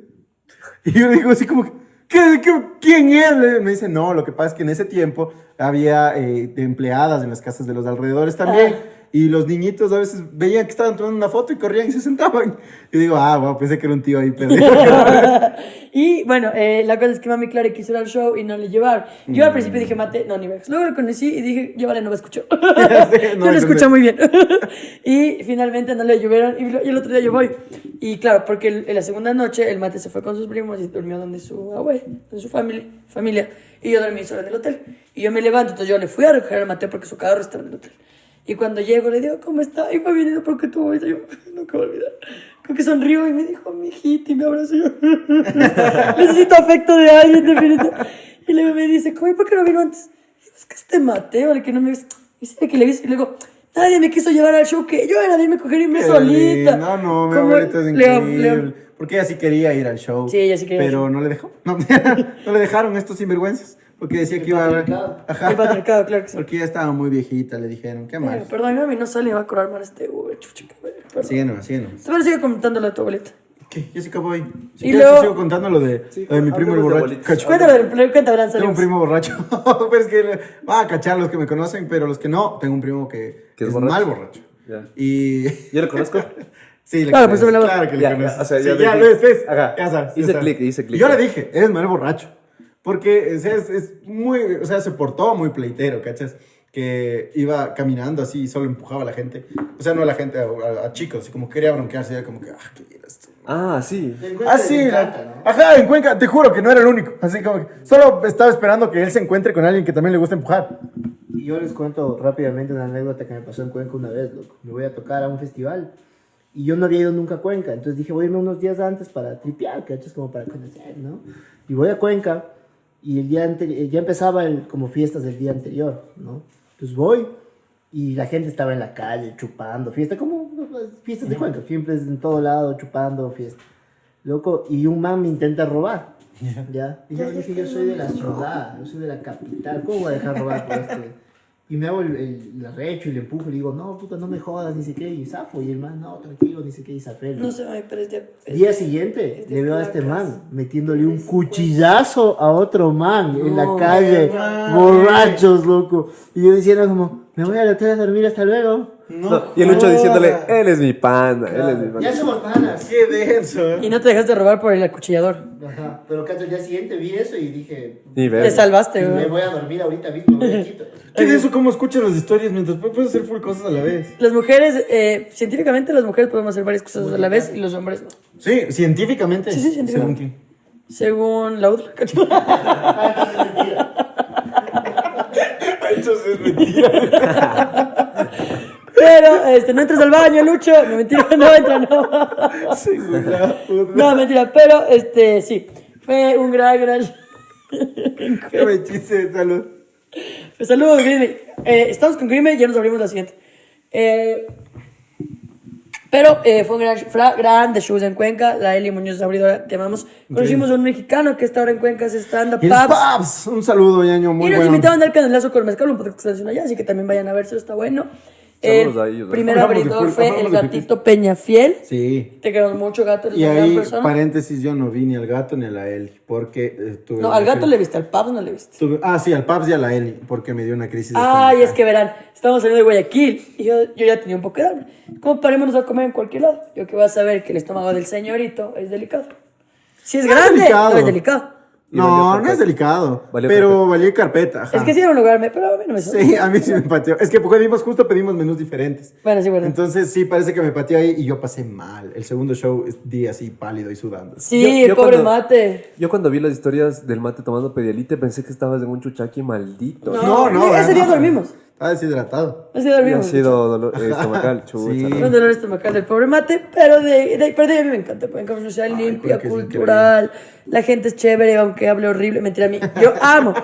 S2: Y yo le digo así como, que, ¿qué, qué- quién es? Le- Me dice, no, lo que pasa es que en ese tiempo había eh, de empleadas en las casas de los alrededores también.
S1: Ah.
S2: Y los niñitos a veces veían que estaban tomando una foto y corrían y se sentaban. Y digo, ah, wow, pensé que era un tío ahí perdido.
S1: y bueno, eh, la cosa es que mami Clara quiso ir al show y no le llevaron. Yo
S2: Mm.
S1: al principio dije, mate, no, ni veas. Luego lo conocí y dije, yo vale, no me escucho.
S2: no,
S1: yo
S2: no,
S1: lo escucho
S2: no.
S1: muy bien. y finalmente no le llevaron. Y, lo- y el otro día yo voy. Y claro, porque el- en la segunda noche el mate se fue con sus primos y durmió donde su abuela, donde su familia, familia. Y yo dormí sola en el hotel. Y yo me levanto, entonces yo le fui a recoger al Mateo porque su carro estaba en el hotel. Y cuando llego le digo, ¿cómo está? Y me ha venido porque tu abuelita, yo nunca voy a olvidar. Como que sonrió y me dijo, mi hijita, y me abrazó. Yo, Necesito afecto de alguien, definitivo. Y luego me dice, ¿cómo? ¿Y por qué no vino antes? Es que este Mateo, el que no me ves. Y sabe que le ves y luego, nadie me quiso llevar al show que yo era de irme a coger y me
S2: Qué
S1: solita.
S2: lindo. No, no, mi
S1: Como-
S2: abuelita es
S1: Leo,
S2: increíble.
S1: Leo,
S2: Porque ella sí quería ir al show.
S1: Sí, ella sí quería ir al
S2: Pero no le dejó. No, no le dejaron estos sinvergüenzas. Porque decía que iba a ver.
S4: patriarcado.
S1: El patriarcado, claro que sí.
S2: Porque ella estaba muy viejita, le dijeron. Qué mal.
S1: Ay, Perdón, mi mami no sale y va a curar mal este Uber, chucha, qué bueno, perdón.
S2: Sigue nomás, sigue nomás.
S1: Pero sigue comentándole a tu abuelita.
S2: ¿Qué? Yo sí acabo ahí. Si
S1: Y
S2: quieres,
S1: luego-
S2: te sigo contando lo de, lo de mi primo el
S3: hablemos de
S2: borracho.
S3: abuelitos.
S2: Cacho.
S1: Cuéntame, del- cuéntame, Alan,
S2: Tengo un
S1: Ah, salimos.
S2: primo borracho. pero es que va a cachar los que me conocen, pero los que no, tengo un primo que,
S3: Que es
S2: es
S3: borracho.
S2: mal borracho.
S3: Ya.
S2: Y.
S3: Yo lo conozco.
S2: Sí, le
S1: Claro,
S2: conoces,
S1: pues, me la-
S2: claro que le
S3: Ya,
S2: conoces.
S3: ya, o sea,
S2: Sí,
S3: ya
S2: ya,
S3: de clic.
S2: lo ves, ves.
S3: Ajá.
S2: Ya sabes. ya
S3: Hice
S2: sabes.
S3: clic, hice
S2: Y
S3: clic.
S2: Yo le dije, eres mal borracho. Porque o sea, es, es muy, o sea, se portó muy pleitero, ¿cachas? Que iba caminando así y solo empujaba a la gente. O sea, no a la gente, a, a- a chicos. Y como quería bronquearse, era como que, ah, qué eres tú.
S3: Ah, sí.
S2: Ah, sí,
S4: le
S2: la-
S4: encanta, ¿no?
S2: ajá, en Cuenca, te juro que no era el único. Así como que solo estaba esperando que él se encuentre con alguien que también le gusta empujar.
S4: Y yo les cuento rápidamente una anécdota que me pasó en Cuenca una vez, loco. Me voy a tocar a un festival
S5: Y yo no había ido nunca a Cuenca. Entonces dije, voy a irme unos días antes para tripear, ¿cachas? Como para conocer, ¿no? Y voy a Cuenca. Y el día anterior, ya empezaba el, como fiestas del día anterior, ¿no? Entonces voy. Y la gente estaba en la calle chupando, fiesta, como pues, fiestas de Cuenca. Siempre es en todo lado chupando, fiesta. Loco, y un man me intenta robar. ¿Ya? Y yo dije, yo soy de la ciudad, yo soy de la capital, ¿cómo voy a dejar robar por este? Y me hago el, el, el arrecho y le empujo y le digo, no, puta, no me jodas, ni sé qué, y zafo. Y el man, no, tranquilo, ni sé qué, y zafé.
S1: No se va, pero es de. es-
S5: Día siguiente,
S1: es de
S5: le veo a este
S1: placas.
S5: man metiéndole un cuchillazo a otro man en la calle,
S1: no.
S5: borrachos, loco. Y yo diciendo como, me voy al hotel a dormir, hasta luego.
S3: No, y el Lucho diciéndole,
S2: "Eh".
S3: él es mi pana, él es mi pana.
S5: Ya somos panas.
S2: Qué denso.
S1: Y no te dejaste robar por el acuchillador.
S5: Ajá, pero cacho, el día siguiente vi eso y dije,
S1: Te
S3: Ni ver.
S1: salvaste,
S5: me
S1: güey.
S5: voy a dormir ahorita mismo, pues. me voy a Quito.
S2: Qué denso cómo escuchas las historias mientras pu- puedes hacer full cosas a la vez.
S1: Las mujeres, eh, científicamente, las mujeres podemos hacer varias cosas a la vez y los hombres no.
S2: Sí, científicamente.
S1: Sí, sí, científicamente.
S2: Según quién.
S1: Según la otra. cacho.
S2: Entonces es mentira.
S1: Pero, este, no entres al baño, Lucho. No, mentira, no entra, no.
S2: Sí, güey, la puta.
S1: No, mentira, pero, este, sí. Fue un gran, gran.
S2: Qué buen chiste de salud.
S1: Pues, saludos, Grismey. Eh, estamos con Grismey, ya nos abrimos la siguiente. Eh, pero eh, fue un gran, fra- grande shows en Cuenca. La Eli Muñoz Abridora, te amamos. Conocimos a un mexicano que está ahora en Cuenca, se stand up
S2: El Paps. Un saludo, ñaño,
S1: Y
S2: muy
S1: nos
S2: bueno.
S1: invitaron al canelazo con Mezcal, un podcast que se haciendo allá, así que también vayan a verse, está bueno. El
S3: Saludos a ellos, ¿eh?
S1: primer
S2: Hablamos de
S1: abridor
S2: full-
S1: fue el
S2: hablamos de
S1: gatito Peñafiel.
S2: Sí.
S1: Te quedaron mucho gato, eres
S2: Y
S1: una gran
S2: ahí,
S1: persona.
S2: paréntesis, yo no vi ni al gato ni a la Eli, porque eh, tuve...
S1: No,
S2: una
S1: al gato
S2: cri-
S1: le viste, al Pablo no le viste.
S2: tuve- ah, sí, al Paps y a la Eli, porque me dio una crisis.
S1: Ay, es
S2: estómago.
S1: que verán, estamos saliendo de Guayaquil y yo, yo ya tenía un poco de hambre. ¿Cómo parémonos a comer en cualquier lado? Yo que voy a saber que el estómago del señorito es delicado. Si es
S2: No es
S1: grande,
S2: Ah, delicado.
S1: no es delicado.
S3: Y valió
S2: No, no
S3: carpeta.
S2: es delicado,
S3: Valió
S2: pero
S3: carpeta.
S2: valió carpeta. ajá.
S1: Es que sí era un lugar, me- pero a mí no me suena.
S2: Ah. Sí, a mí sí me pateó. Es que porque pedimos, justo pedimos menús diferentes.
S1: Bueno, sí, bueno.
S2: Entonces sí, parece que me pateó ahí y yo pasé mal. El segundo show es día así pálido y sudando.
S1: sí,
S3: Yo- yo
S1: pobre
S3: cuando-
S1: mate.
S3: Yo cuando vi las historias del mate tomando pedialite pensé que estabas en un chuchaqui maldito.
S1: No, ese día dormimos.
S2: Estaba deshidratado.
S1: Así
S3: Y ha
S1: dormimos.
S3: sido dolor estomacal, chucha.
S2: Sí.
S3: ¿no?
S1: Un dolor estomacal del pobre mate, pero de, de, pero de ahí a mí me encanta. Cuenca es una ciudad limpia,
S2: Cuenca es
S1: cultural. La gente es chévere, aunque hable horrible. Mentira, a mí. Yo amo,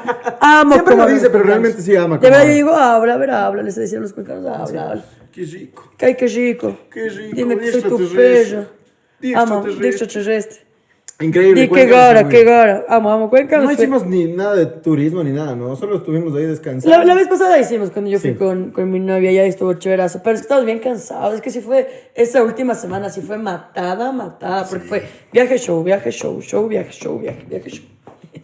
S1: amo.
S2: Siempre
S1: cómo
S2: lo
S1: hablan los
S2: dice, pero
S1: cuencanos.
S2: realmente sí ama
S1: De
S2: cómo
S1: verdad, yo
S2: hablan.
S1: digo, habla, a ver, habla. Les decía a los cuencanos, habla, habla.
S2: Qué rico.
S1: Que ay, qué rico.
S2: Qué rico,
S1: Dime que soy tu
S2: extraterrestre.
S1: perro.
S2: Di
S1: Amo,
S2: extraterrestre.
S1: de extraterrestre.
S2: Increíble.
S1: Di que
S2: Cuenca,
S1: gara,
S2: muy-
S1: que gara. Amo, amo Cuenca.
S2: No
S1: nos fue-
S2: hicimos ni nada de turismo ni nada, ¿no? Solo estuvimos ahí descansando.
S1: La, la vez pasada hicimos cuando yo fui
S2: Sí.
S1: con, con mi novia, ya estuvo chéverazo, pero es que estábamos bien cansados, es que sí fue, esa última semana sí fue matada, matada, porque fue viaje, show, viaje, show, show, viaje, show, viaje, viaje, show.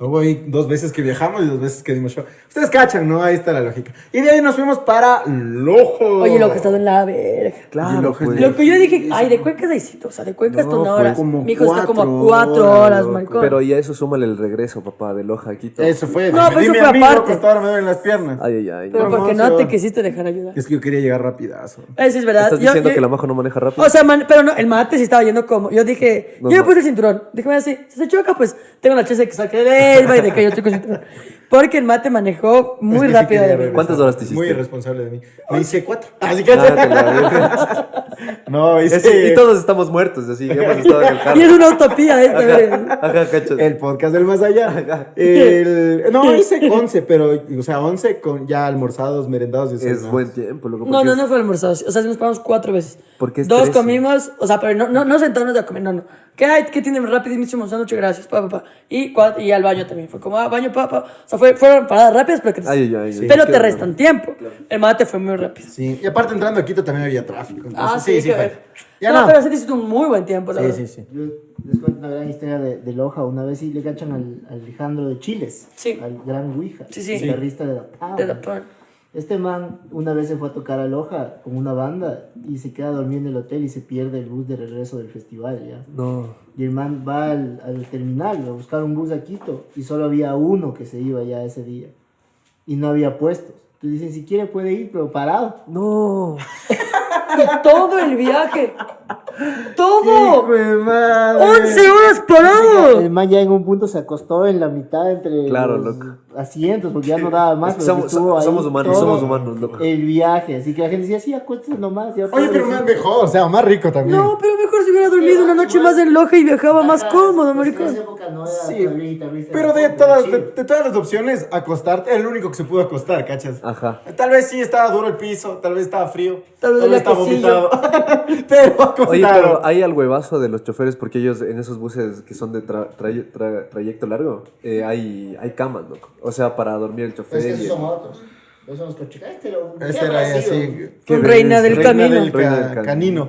S2: Hubo ahí dos veces que viajamos y dos veces que dimos show. Ustedes cachan, ¿no? Ahí está la lógica. Y de ahí nos fuimos para Lojo.
S1: Oye, loco, he estado en la verga.
S2: Y
S3: Claro,
S2: lo que-
S3: Oh. pues.
S1: Lo que yo dije, ay, de Cuenca es ahícito, o sea, de Cuenca hasta
S3: No,
S1: una
S3: pues,
S1: hora,
S2: como
S1: mi hijo está como a
S2: cuatro
S1: cuatro
S2: horas,
S1: horas,
S2: loco.
S1: maricón.
S3: Pero y a eso súmale el regreso, papá, de Loja a Quito.
S2: Eso fue.
S1: No, pero eso
S2: Dime
S1: fue
S2: a mí,
S1: aparte.
S2: loco, hasta ahora me duelen las piernas.
S3: Ay, ay, ay.
S1: Pero
S2: no,
S1: porque
S2: no,
S1: no te
S2: se va.
S1: quisiste dejar ayudar.
S2: Es que yo quería llegar rapidazo.
S1: Eso es verdad.
S3: Estás
S1: yo-
S3: diciendo
S1: yo-
S3: que la majo no maneja rápido.
S1: O sea, man- pero no, el mate sí estaba yendo como. Yo dije,
S3: No,
S1: yo me
S3: no.
S1: puse el cinturón. Déjame así, si se choca, pues tengo la chance de que saque de Elba y de que yo estoy con el cinturón. Porque el mate manejó muy
S2: Es que sí
S1: rápido.
S2: quería
S1: de
S2: regresar.
S1: mí.
S3: ¿Cuántas horas te hiciste?
S2: Muy irresponsable de mí. Me hice cuatro. Así que.
S3: Ah, te la vi.
S2: no, hice.
S3: Ese- y todos estamos muertos, así que hemos estado en el
S1: y
S3: carro.
S1: es una utopía eh, esta,
S3: Ajá,
S1: güey.
S3: ajá, cachas.
S2: El podcast del más allá. El- No, hice once, pero, o sea, once con ya almorzados, merendados y
S3: Es
S2: cenados.
S3: buen tiempo, loco.
S1: No,
S3: porque
S1: no,
S3: es-
S1: no fue almorzado. O sea, nos paramos cuatro veces.
S3: Porque es
S1: Dos
S3: trece.
S1: comimos, o sea, pero no, no, no sentarnos a comer, no, no. ¿Qué hay? ¿Qué tiene rápido? Y me hicimos sándwich, gracias, papá, papá. Y, cua- y al baño también. Fue como, ah, baño, papá. O sea, fue- fueron paradas rápidas, pero, que te,
S3: Ay, ay, ay, sí,
S1: pero
S3: qué
S1: te
S3: horror.
S1: restan tiempo. El mate fue muy rápido.
S2: Sí. Y aparte, entrando a Quito también había tráfico. entonces,
S1: Ah, sí, sí,
S2: fue. Ya
S1: no,
S2: no.
S1: pero sí te hiciste un muy buen tiempo, la
S2: Sí,
S1: verdad.
S2: sí, sí.
S5: Yo les cuento una gran historia de, de Loja. Una vez sí le cachan al, al Alejandro de Chiles,
S1: Sí.
S5: al gran Ouija,
S1: Sí, sí.
S5: guitarrista de la Pound.
S1: De la pan.
S5: Este man una vez se fue a tocar a Loja con una banda y se queda dormido en el hotel y se pierde el bus de regreso del festival. ¿ya?
S3: No.
S5: Y el man va al, al terminal a buscar un bus a Quito y solo había uno que se iba ya ese día y no había puestos. Entonces dicen, si quiere puede ir, pero parado.
S3: No.
S1: Y todo el viaje. Todo.
S2: Hijo de madre.
S1: 11 horas
S5: El
S1: parado.
S5: man ya en un punto se acostó en la mitad entre
S3: Claro,
S5: los
S3: loco.
S5: asientos, porque ya no daba más.
S3: Es que
S5: pero
S3: somos-
S5: estuvo ahí
S3: somos humanos,
S5: todo
S3: somos humanos, loco.
S5: El viaje, así que la gente decía, sí, acuéstate nomás. Ya,
S2: Oye, pero más
S5: pobrecito".
S2: mejor, o sea, más rico también.
S1: No, pero mejor si hubiera dormido una noche más en Loja y viajaba más cómodo,
S4: Ah, En
S1: maricón.
S4: esa época no era
S2: Sí,
S4: todavía guitarrista.
S2: Pero de
S4: Era
S2: todas,
S4: chido.
S2: de, de todas las opciones, acostarte, el único que se pudo acostar, ¿cachas?
S3: Ajá.
S2: Tal vez sí estaba duro el piso, tal vez estaba frío,
S1: Tal
S2: tal
S1: vez
S2: vez,
S1: era
S2: estaba
S1: quesillo.
S2: vomitado. pero acostado.
S3: Oye, pero hay al huevazo de los choferes porque ellos en esos buses que son de tra- tray- tra- trayecto largo eh, hay, hay camas, loco. O sea, para dormir el chofer.
S4: Pues Es que
S3: y-
S4: esos son otros. Esos son los coches. Este era un.
S2: Ese
S4: ¿qué
S2: era
S4: habrá
S2: ahí
S4: sido?
S2: así.
S3: Qué
S1: Un reina
S3: vergüenza.
S1: del
S2: reina
S1: camino.
S2: del
S3: Reina
S2: ca-
S3: del ca-
S2: canino.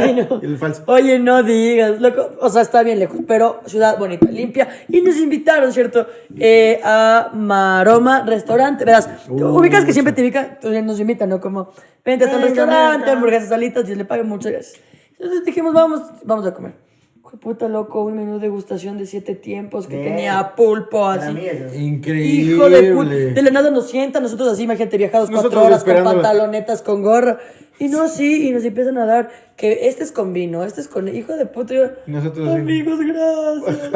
S1: Canino.
S2: El falso.
S1: Oye, no digas, loco. O sea, está bien lejos, pero ciudad bonita, limpia. Y nos invitaron, ¿cierto? Eh, a Maroma Restaurante. Verás, tú ubicas que siempre te ubican, tú ya nos invitan, ¿no? Como, vente a tal
S2: Venga,
S1: restaurante,
S2: venga.
S1: hamburguesas salitas, y le pagan muchas gracias. Entonces dijimos, vamos, vamos a comer. Hijo de puta, loco, un menú de degustación de siete tiempos que
S4: Bien.
S1: tenía pulpo,
S4: Para
S1: así.
S4: mí eso.
S2: Increíble.
S1: Hijo de puta. De la nada nos sientan, nosotros así, imagínate, viajados cuatro
S2: Nosotros
S1: horas con
S2: esperando.
S1: pantalonetas, con gorra. Y no, sí, y nos empiezan a dar que este es con vino, este es con. Hijo de puta. yo,
S2: Y nosotros así.
S1: Amigos, gracias.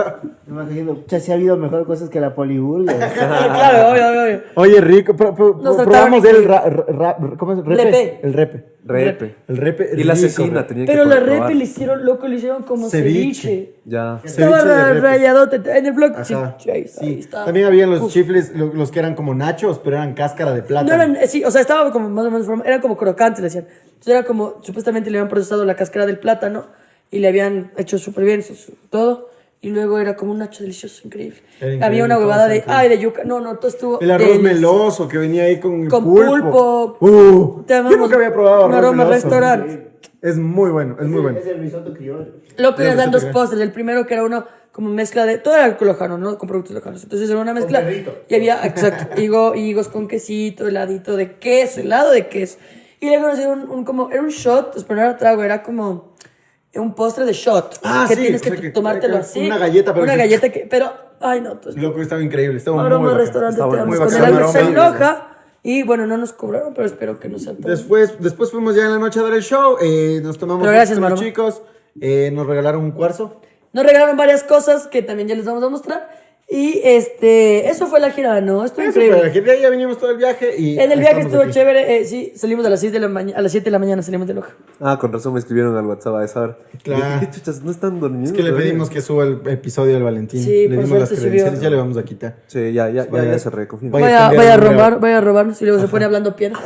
S5: Me imagino, ya sí ha habido mejor cosas que la poliburger.
S1: claro, obvio, obvio, obvio.
S2: Oye, rico, pro- pro-
S1: Nos
S2: pro-
S1: trataron
S2: probamos
S1: increíble.
S2: el ra- ra- ra- ¿cómo es? Repe.
S1: Repe.
S2: El repe.
S3: Repe.
S2: El repe.
S3: Y la
S2: rico,
S3: asesina
S2: repe.
S3: tenía
S1: Pero
S3: que
S1: la
S3: probar.
S1: repe le hicieron, loco, le hicieron como ceviche.
S2: Ceviche.
S3: Ya.
S1: Estaba
S2: Ceviche de repe.
S1: rayadote en el blog. Sí,
S2: Ajá.
S1: sí, ahí está, ahí
S2: Sí.
S1: está.
S2: También habían los chifles, lo- los que eran como nachos, pero eran cáscara de plátano.
S1: No eran, eh, sí, o sea, estaba como más o menos, forma- era como crocante, le decían. Entonces era como, supuestamente le habían procesado la cáscara del plátano y le habían hecho súper bien su- su- todo. Y luego era como un nacho delicioso, increíble.
S2: Era increíble,
S1: Había una
S2: todo
S1: huevada de,
S2: estaba
S1: ay, de yuca. No, no, todo estuvo.
S2: El arroz
S1: delicioso.
S2: meloso que venía ahí con, el
S1: Con pulpo.
S2: pulpo. Uh,
S1: Te amamos.
S2: yo nunca había probado
S1: Un
S2: arroz
S1: aroma
S2: meloso.
S1: restaurante.
S2: Es muy bueno, es muy bueno.
S4: Es el risotto criollo.
S1: Loco, le
S2: Ya,
S1: dan
S2: pues,
S1: dos
S2: ya.
S1: postres. El primero que era uno como mezcla de. Todo era lojano, ¿no? Con productos lojanos. Entonces era una mezcla.
S4: perrito.
S1: Y había, exacto, higo, higos con quesito, heladito de queso, helado de queso. Y luego nos dieron un, como. Era un shot, pues, pero no era trago, era como. Un postre de shot.
S2: Ah,
S1: que
S2: sí,
S1: tienes que,
S2: o sea, que-
S1: tomártelo
S2: que-
S1: así.
S2: una galleta, pero
S1: Una
S2: sí.
S1: galleta que. Pero. Ay, no. Pues,
S2: Loco, estaba increíble. Estaba muy
S1: aroma
S2: bacán.
S1: restaurante,
S3: Está
S1: te
S3: bueno.
S1: vamos
S2: Muy
S1: con el
S2: bacán,
S1: Alex
S2: aroma
S1: en
S2: delicioso.
S1: Loja. Y bueno, no nos cobraron, pero espero que no sea tan.
S2: Después, después fuimos ya en la noche a dar el show. eh, nos tomamos
S1: Pero gracias,
S2: con los
S1: Maroma.
S2: chicos. eh, nos regalaron un cuarzo.
S1: Nos regalaron varias cosas que también ya les vamos a mostrar. Y este, eso fue la gira, ¿no? Estuvo
S2: Eso
S1: increíble.
S2: fue, que De ahí ya vinimos todo el viaje y.
S1: En el viaje
S2: estamos
S1: estuvo
S2: aquí.
S1: chévere. eh, sí, salimos a las 6 de la mañana, a las 7 de la mañana salimos de Loja.
S3: Ah, con razón me escribieron al WhatsApp a esa hora.
S2: Claro.
S3: Y dije, ¿Qué chuchas? No están
S2: Es
S3: durmiendo.
S2: que le
S3: todavía?"
S2: pedimos que suba el episodio del Valentín.
S1: Sí,
S2: le
S1: por
S2: dimos
S1: suerte
S2: las credenciales,
S1: subió.
S2: ya le vamos a quitar.
S3: Sí, ya, ya, ya,
S2: Vaya.
S3: ya se reconfirma.
S2: Oye,
S1: Vaya,
S2: cambiaron
S1: vaya a
S2: de
S1: robar,
S2: hueva.
S1: vaya a robarnos y luego se pone hablando piernas.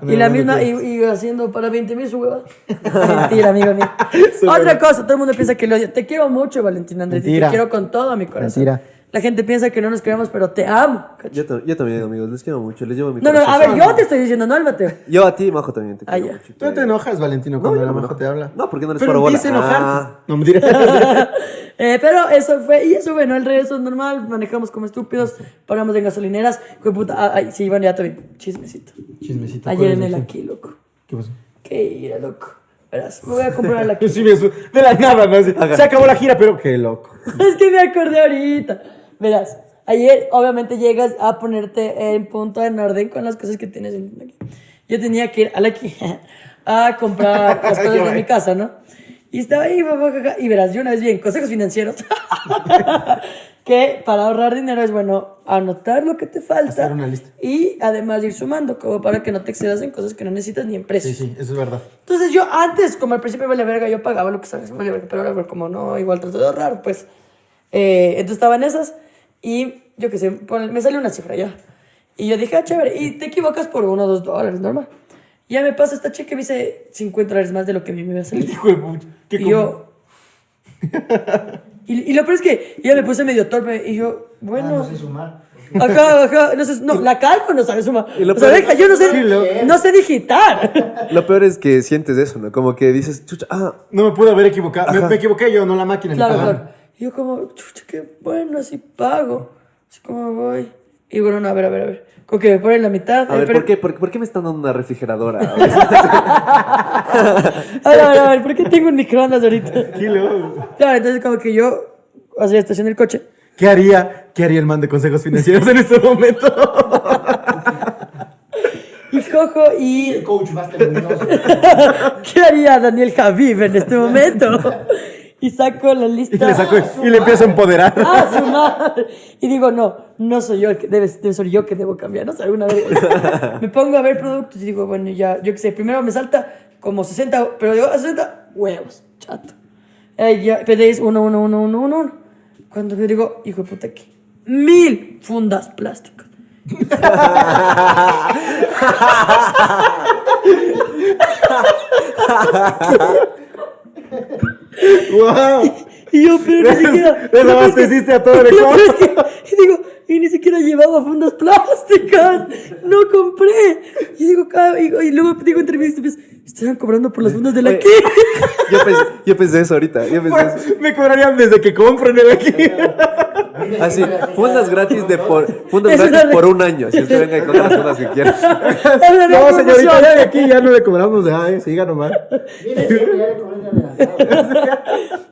S1: y la
S2: No, no
S1: misma, y, y haciendo para 20 mil su hueva. Mentira, amigo mío. Otra cosa, todo el mundo piensa que lo odio. Te quiero mucho, Valentín Andrés. y Te
S2: Mentira.
S1: quiero con todo mi corazón.
S2: Mentira.
S1: La gente piensa que no nos queremos, pero te amo. cacho.
S3: Yo, ta- yo también, amigos, les quiero mucho. Les llevo mi
S1: No, no, a
S3: corazón.
S1: ver, yo te estoy diciendo, no al Mateo.
S3: Yo a ti, Majo, también te
S1: Ah,
S3: quiero
S1: ya.
S3: mucho.
S2: ¿Tú no te enojas, Valentino, cuando la majo te habla?
S3: No, porque no les
S2: Pero
S3: paro bola.
S2: empieza a enojarte.
S3: Ah.
S2: No, mentira.
S1: Eh, pero eso fue, y eso bueno, el regreso es normal, manejamos como estúpidos, paramos en gasolineras, fue puta, ah, ay, sí, bueno, ya también, chismecito.
S2: Chismecito.
S1: Ayer en el aquí, loco.
S2: ¿Qué pasó?
S1: Qué ira, loco. Verás, me voy a comprar el aquí.
S2: Sí, me su- de la nada, ¿no? Así, Se acabó la gira, pero qué loco.
S1: es que me acordé ahorita. Verás, ayer obviamente llegas a ponerte en punto, en orden con las cosas que tienes en aquí. Yo tenía que ir a la aquí a comprar las cosas de mi casa, ¿no? Y estaba ahí, fa, fa, fa, fa, y verás, yo una vez bien, consejos financieros, que para ahorrar dinero es bueno anotar lo que te falta
S2: Hacer una lista.
S1: y además ir sumando, como para que no te excedas en cosas que no necesitas ni en precios.
S2: Sí, sí, eso es verdad.
S1: Entonces yo antes, como al principio me la verga, yo pagaba lo que sabes, me la verga, pero ahora pues, como no, igual trato de ahorrar, pues. Eh, entonces estaban esas y yo qué sé, pon- me salió una cifra ya. Y yo dije, ah, chévere, y te equivocas por uno o dos dólares, normal. Ya me pasa esta cheque y me dice 50 dólares más de lo que a mí me había salido.
S2: Hijo de puta. ¿Qué
S1: Y yo... y, y lo peor es que yo me puse medio torpe y yo,
S4: Ah,
S1: bueno...
S4: no sé sumar.
S1: Ajá, ajá, no, sé, no, la calco no sabe sumar.
S3: Y lo
S1: O sea,
S3: peor-
S1: deja, yo no
S2: Sí,
S1: sé,
S2: lo-
S1: no sé digitar.
S3: Lo peor es que sientes eso, ¿no? Como que dices, chucha, ah,
S2: No me pude haber equivocado. Me, me equivoqué yo, no la máquina. ni
S1: Claro,
S2: cagando.
S1: claro. Y yo como, chucha, qué bueno, así pago. Así como voy. Y bueno, no, a ver, a ver, a ver. Con que me ponen la mitad.
S3: a
S1: eh,
S3: ver,
S1: pero-
S3: ¿por qué, por, por qué me están dando una refrigeradora?
S1: A ver, a ver, a ver, ¿por qué tengo un microondas ahorita?
S2: Qué loco.
S1: claro, entonces como que yo, o sea, estacioné el coche.
S2: ¿Qué haría? ¿Qué haría el man de consejos financieros en este momento?
S1: Hijo Jojo y
S4: El coach más terminoso.
S1: ¿qué haría Daniel Javib en este momento? Y saco la
S2: Y
S1: lista.
S2: le, saco- y le empiezo a empoderar.
S1: ¡Ah, su madre! Y digo, no, no soy yo el que debes, debe- soy yo que debo cambiar, no sé, alguna vez. me pongo a ver productos y digo, bueno, ya, yo qué sé, primero me salta como 60, pero digo, 60 huevos, chato. Eh, ya, pedís uno, uno, uno, uno, uno, uno. Cuando veo, digo, hijo de puta, ¿qué? Mil fundas plásticas.
S2: ¡Wow!
S1: Y yo, pero ni siquiera.
S2: Des- desabasteciste a todo el
S1: Yo, pero
S2: Ecuador.
S1: es que- y digo, y ni siquiera llevaba fundas plásticas. No compré. Y digo, ca- y, y luego digo entrevista y pienso, estarán cobrando por las fundas de la
S3: Oye,
S1: que.
S3: Yo pensé, yo pensé eso ahorita. Yo pensé eso.
S2: Pues, me cobrarían desde que compran el aquí.
S3: Así, Ah, fundas gratis de por, fundas
S1: Es una
S3: gratis por
S1: re-
S3: un año. Si usted venga y compra las fundas que quiera.
S2: No, señorita, ya de aquí ya no le cobramos. Ah, eh, siga nomás.
S4: Mire, siempre ya le comentan adelantado.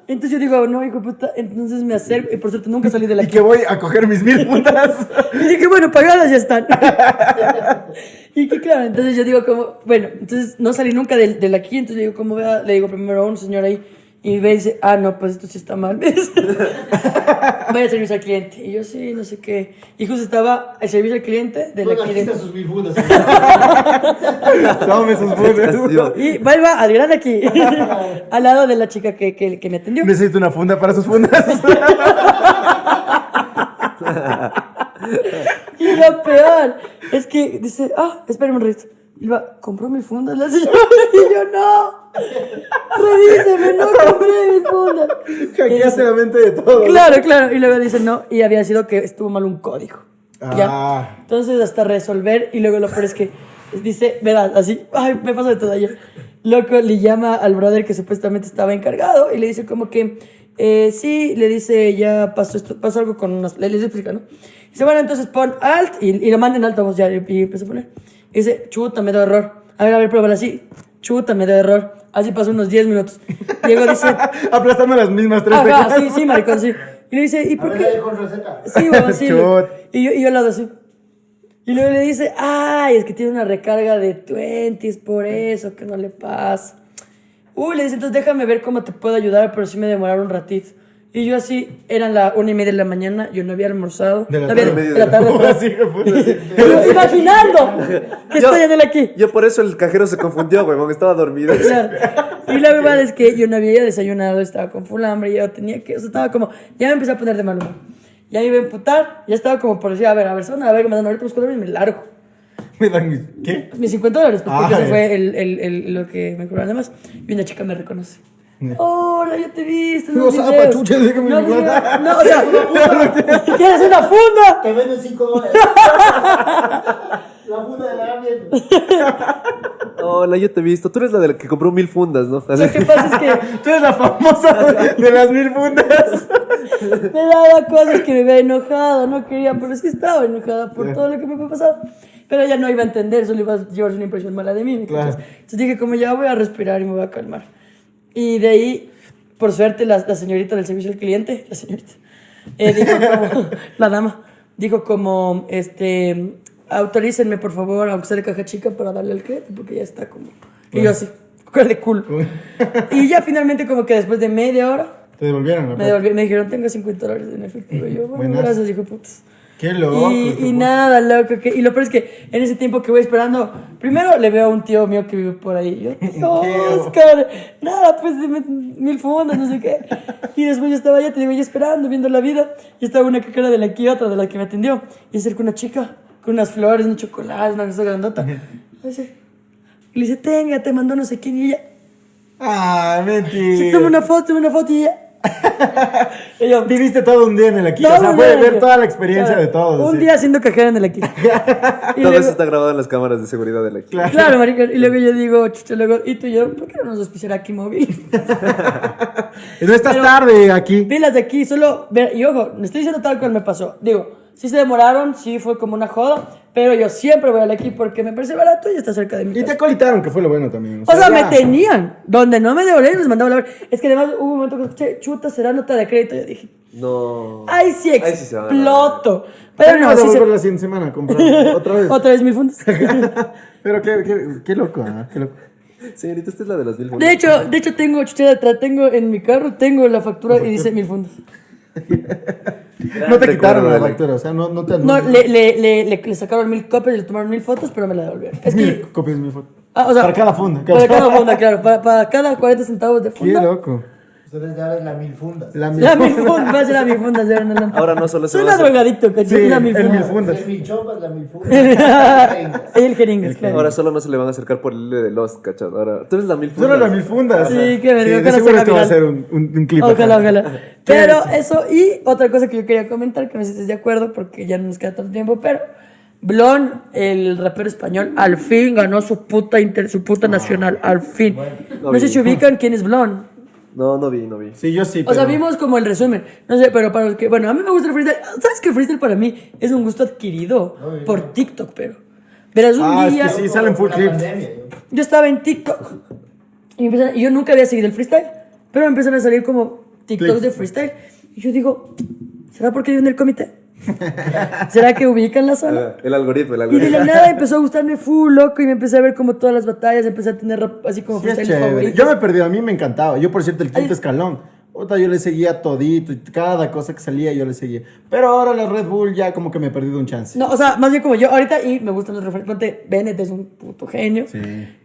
S1: Entonces yo digo, no, hijo de puta. Entonces me acerco y por cierto nunca salí de la
S2: Y
S1: que.
S2: que voy a coger mis mil puntas.
S1: Y dije, bueno, pagadas ya están. y que claro, entonces yo digo como, bueno, entonces no salí nunca del, del aquí, entonces digo, ¿cómo vea? Le digo primero a un señor ahí y me dice, ah, no, pues esto sí está mal. me dice. Vaya a servicio al cliente. Y yo sí, no sé qué. Y justo estaba el servicio al cliente del
S4: Bueno,
S1: aquí.
S4: aquí
S1: de-
S4: están sus mil fundas.
S2: Dame sus fundas.
S3: Así,
S1: Y vuelva al gran aquí, al lado de la chica que, que, que me atendió.
S2: Necesito una funda para sus fundas.
S1: Y lo peor es que dice, ah, espérame un ratito. Y va, compró mil fundas la señora. Y yo, no. Revíseme, no compré mil fundas.
S2: Hackeaste la mente de todo.
S1: Claro, claro. Y luego dice, no. Y había sido que estuvo mal un código.
S2: Ah.
S1: Ya. Entonces, hasta resolver. Y luego lo peor es que dice, verás, así, ay, me pasó de todo ayer. Loco, le llama al brother que supuestamente estaba encargado y le dice, como que, eh, sí, le dice, ya pasó esto, pasó algo con unas. Le, les explica, ¿no? Dice, bueno, entonces pon alt y, y lo manda en alta voz ya. Y, y empieza a poner. Y dice, chuta, me da error. A ver, a ver, pruébala así. Chuta, me da error. Así pasó unos 10 minutos. Diego dice,
S2: Aplastando las mismas tres
S1: Ajá,
S2: teclas.
S1: sí, sí, maricón, sí. Y le dice, ¿y
S4: A
S1: por
S4: ver, dale
S1: qué?
S4: con receta.
S1: Sí, huevón, sí.
S2: Chut.
S1: Y yo, y yo al lado así. Y luego le dice, ay, es que tiene una recarga de 20, es por eso que no le pasa. Uy, le dice, entonces déjame ver cómo te puedo ayudar, pero sí me demoraron un ratito. Y yo así, eran la una y media de la mañana, yo no había almorzado.
S2: De la
S1: no había-
S2: tarde.
S1: de la tarde.
S2: Así que puta, así.
S1: Y yo, imaginando que
S3: Yo-
S1: estoy en el aquí.
S3: Yo por eso el cajero se confundió, huevón. Estaba dormido.
S1: Claro. Y la verdad es que yo no había desayunado, estaba con full hambre, yo tenía que, o sea, estaba como, ya me empecé a poner de mal humor. Ya me iba a emputar, ya estaba como por decir, a ver, a ver, se van a ver que me dan ahorita los colores y me largo.
S2: Me dan mis- ¿Qué?
S1: Mis 50 dólares, pues, porque
S2: Ah,
S1: eso
S2: ya.
S1: fue el, el, el- lo que me cobraron además. Y una chica me reconoce. Hola, yo te vi, viste. en
S2: Eh. No,
S1: los
S2: zapa,
S1: videos".
S2: chucha, déjame
S1: no,
S2: mi guarda.
S1: no, no, o sea, ¿quieres una funda?
S4: Te venden 5 dólares. La funda de la Arabia.
S3: Hola, yo te he visto. Tú eres la de la que compró mil fundas, ¿no? Así.
S1: Lo que pasa es que
S2: Tú eres la famosa de las mil fundas.
S1: me daba cosas que me había enojado, no quería, pero es que estaba enojada por todo lo que me había pasado. Pero ella no iba a entender, solo iba a llevarse una impresión mala de mí. ¿me
S2: Claro.
S1: cachas? Entonces dije, como ya voy a respirar y me voy a calmar. Y de ahí, por suerte, la, la señorita del servicio al cliente, la señorita, eh, dijo como- la dama, dijo como, este, autorícenme por favor, aunque sea de caja chica, para darle al cliente, porque ya está como... Y yo así, con el culo. y ya finalmente como que después de media hora,
S2: Te devolvieron la
S1: me, devolví- me dijeron, tengo 50 dólares en efectivo. Y yo, bueno,
S2: Buenas.
S1: gracias, hijo de putas.
S2: Qué loco.
S1: Y, y nada, loco. Que, y lo peor es que en ese tiempo que voy esperando, primero le veo a un tío mío que vive por ahí. y Yo, tío Oscar, nada, pues dime mil fondos, no sé qué. Y después yo estaba allá, te digo, yo esperando, viendo la vida. Y estaba una que era de la aquí y otra de la que me atendió. Y acerca una chica con unas flores, un chocolate, una cosa grandota. Así. Y le dice, tenga, te mandó no sé quién. Y ella,
S2: Ah,
S1: sí,
S2: mentira.
S1: toma una foto, toma una foto. Y ella, y yo,
S2: Viviste todo un día en el aquí.
S1: Todo
S2: o sea,
S1: un
S2: puedes
S1: día,
S2: ver
S1: yo.
S2: toda la experiencia
S1: Claro,
S2: de todos.
S1: Un
S2: así.
S1: día haciendo cajera en el aquí. y
S3: Todo
S1: luego-
S3: eso está grabado en las cámaras de seguridad de la equipo.
S1: Claro, marica. Y luego yo digo, chucha, luego, y tú y yo, ¿por qué no nos auspiciará aquí móvil?
S2: No estás
S1: Pero-
S2: tarde aquí.
S1: Pilas de aquí, solo. ver- Y ojo, no estoy diciendo tal cual me pasó. Digo, sí se demoraron, sí fue como una joda, pero yo siempre voy al aquí porque me parece barato y está cerca de mi
S2: Y
S1: casa.
S2: te colitaron, que fue lo bueno también.
S1: O sea, me
S2: ya.
S1: tenían. Donde no me devolvieron, les mandaba la ver. Es que además hubo un momento que escuché, chuta, será nota de crédito. Yo dije,
S3: No.
S1: Ahí sí
S3: Ahí sí se van a
S1: exploto. Pero no,
S2: Vamos a
S1: sí se-
S2: volver la siguiente semana a comprar otra vez.
S1: Otra vez mil fundas.
S2: Pero qué, qué, qué loco, ah, qué loco.
S3: Señorita, esta es la de las mil
S1: De
S3: monedas.
S1: hecho, de hecho tengo chuchera atrás, tengo en mi carro, tengo la factura y dice mil fundas.
S2: No te quitaron la
S3: recuerdo,
S2: factura, o sea, no, no te
S1: No, le, le, le, le, le sacaron mil copias, le tomaron mil fotos, pero me la devolvieron. Es que,
S2: Mira, copias mi foto.
S1: ah, o sea,
S2: para cada funda.
S1: Para cada funda, claro. Para, para cada 40 centavos de
S2: Qué
S1: funda.
S2: loco.
S4: Ustedes de ahora es la mil fundas.
S2: La
S1: La
S2: misma.
S1: mil funda, va a ser la mil funda, ya no, no.
S3: Ahora no solo se va a
S1: Suena
S3: hacer-
S1: drogadicto, que
S2: Sí,
S1: la mil
S2: el mil
S1: funda.
S2: fundas.
S4: Es mil chompas, la mil fundas.
S1: El jeringas, claro.
S3: Ahora solo no se le van a acercar por el hilo de los, cachado. Ahora, tú eres la mil
S2: Solo
S3: fundas.
S2: las mil fundas.
S1: Sí,
S2: Ajá.
S1: qué verga,
S2: Sí, de
S1: ojalá
S2: seguro
S1: sea
S2: esto va a
S1: viral.
S2: ser un, un, un clip.
S1: Ojalá,
S2: ajá.
S1: ojalá. Pero eso, y otra cosa que yo quería comentar, que no sé si estés de acuerdo, porque ya no nos queda tanto tiempo, pero Blon, el rapero español, al fin ganó su puta, inter- su
S2: Ah,
S1: puta nacional, al fin.
S3: no
S1: no sé
S3: vi.
S1: si ubican quién es Blon.
S3: No, no vi, no vi.
S2: Sí, yo sí.
S1: O sea,
S2: pero-
S1: vimos como el resumen. No sé, pero para los que. Bueno, a mí me gusta el freestyle. ¿Sabes que el freestyle para mí es un gusto adquirido por TikTok, pero. Verás, un
S2: Ah, es
S1: día.
S2: que sí, salen full clips.
S1: Yo estaba en TikTok. Y, me empiezan- y yo nunca había seguido el freestyle. Pero me empiezan a salir como TikToks
S2: Clips.
S1: de freestyle. Y yo digo, ¿será porque viven en el comité? ¿Será que ubican la zona?
S3: Ah, El algoritmo,
S1: Y
S3: el
S1: de
S3: algoritmo.
S1: la nada empezó a gustarme full loco y me empecé a ver como todas las batallas, empecé a tener rap- así como
S2: Sí, es
S1: freestyle
S2: chévere.
S1: favoritos.
S2: Yo me perdí, a mí me encantaba. Yo, por cierto, el quinto escalón. Otra, yo le seguía todito y cada cosa que salía yo le seguía. Pero ahora la Red Bull ya como que me he perdido un chance.
S1: No, o sea, más bien como yo ahorita y me gustan los referentes. Ponte, Bennett es un puto genio.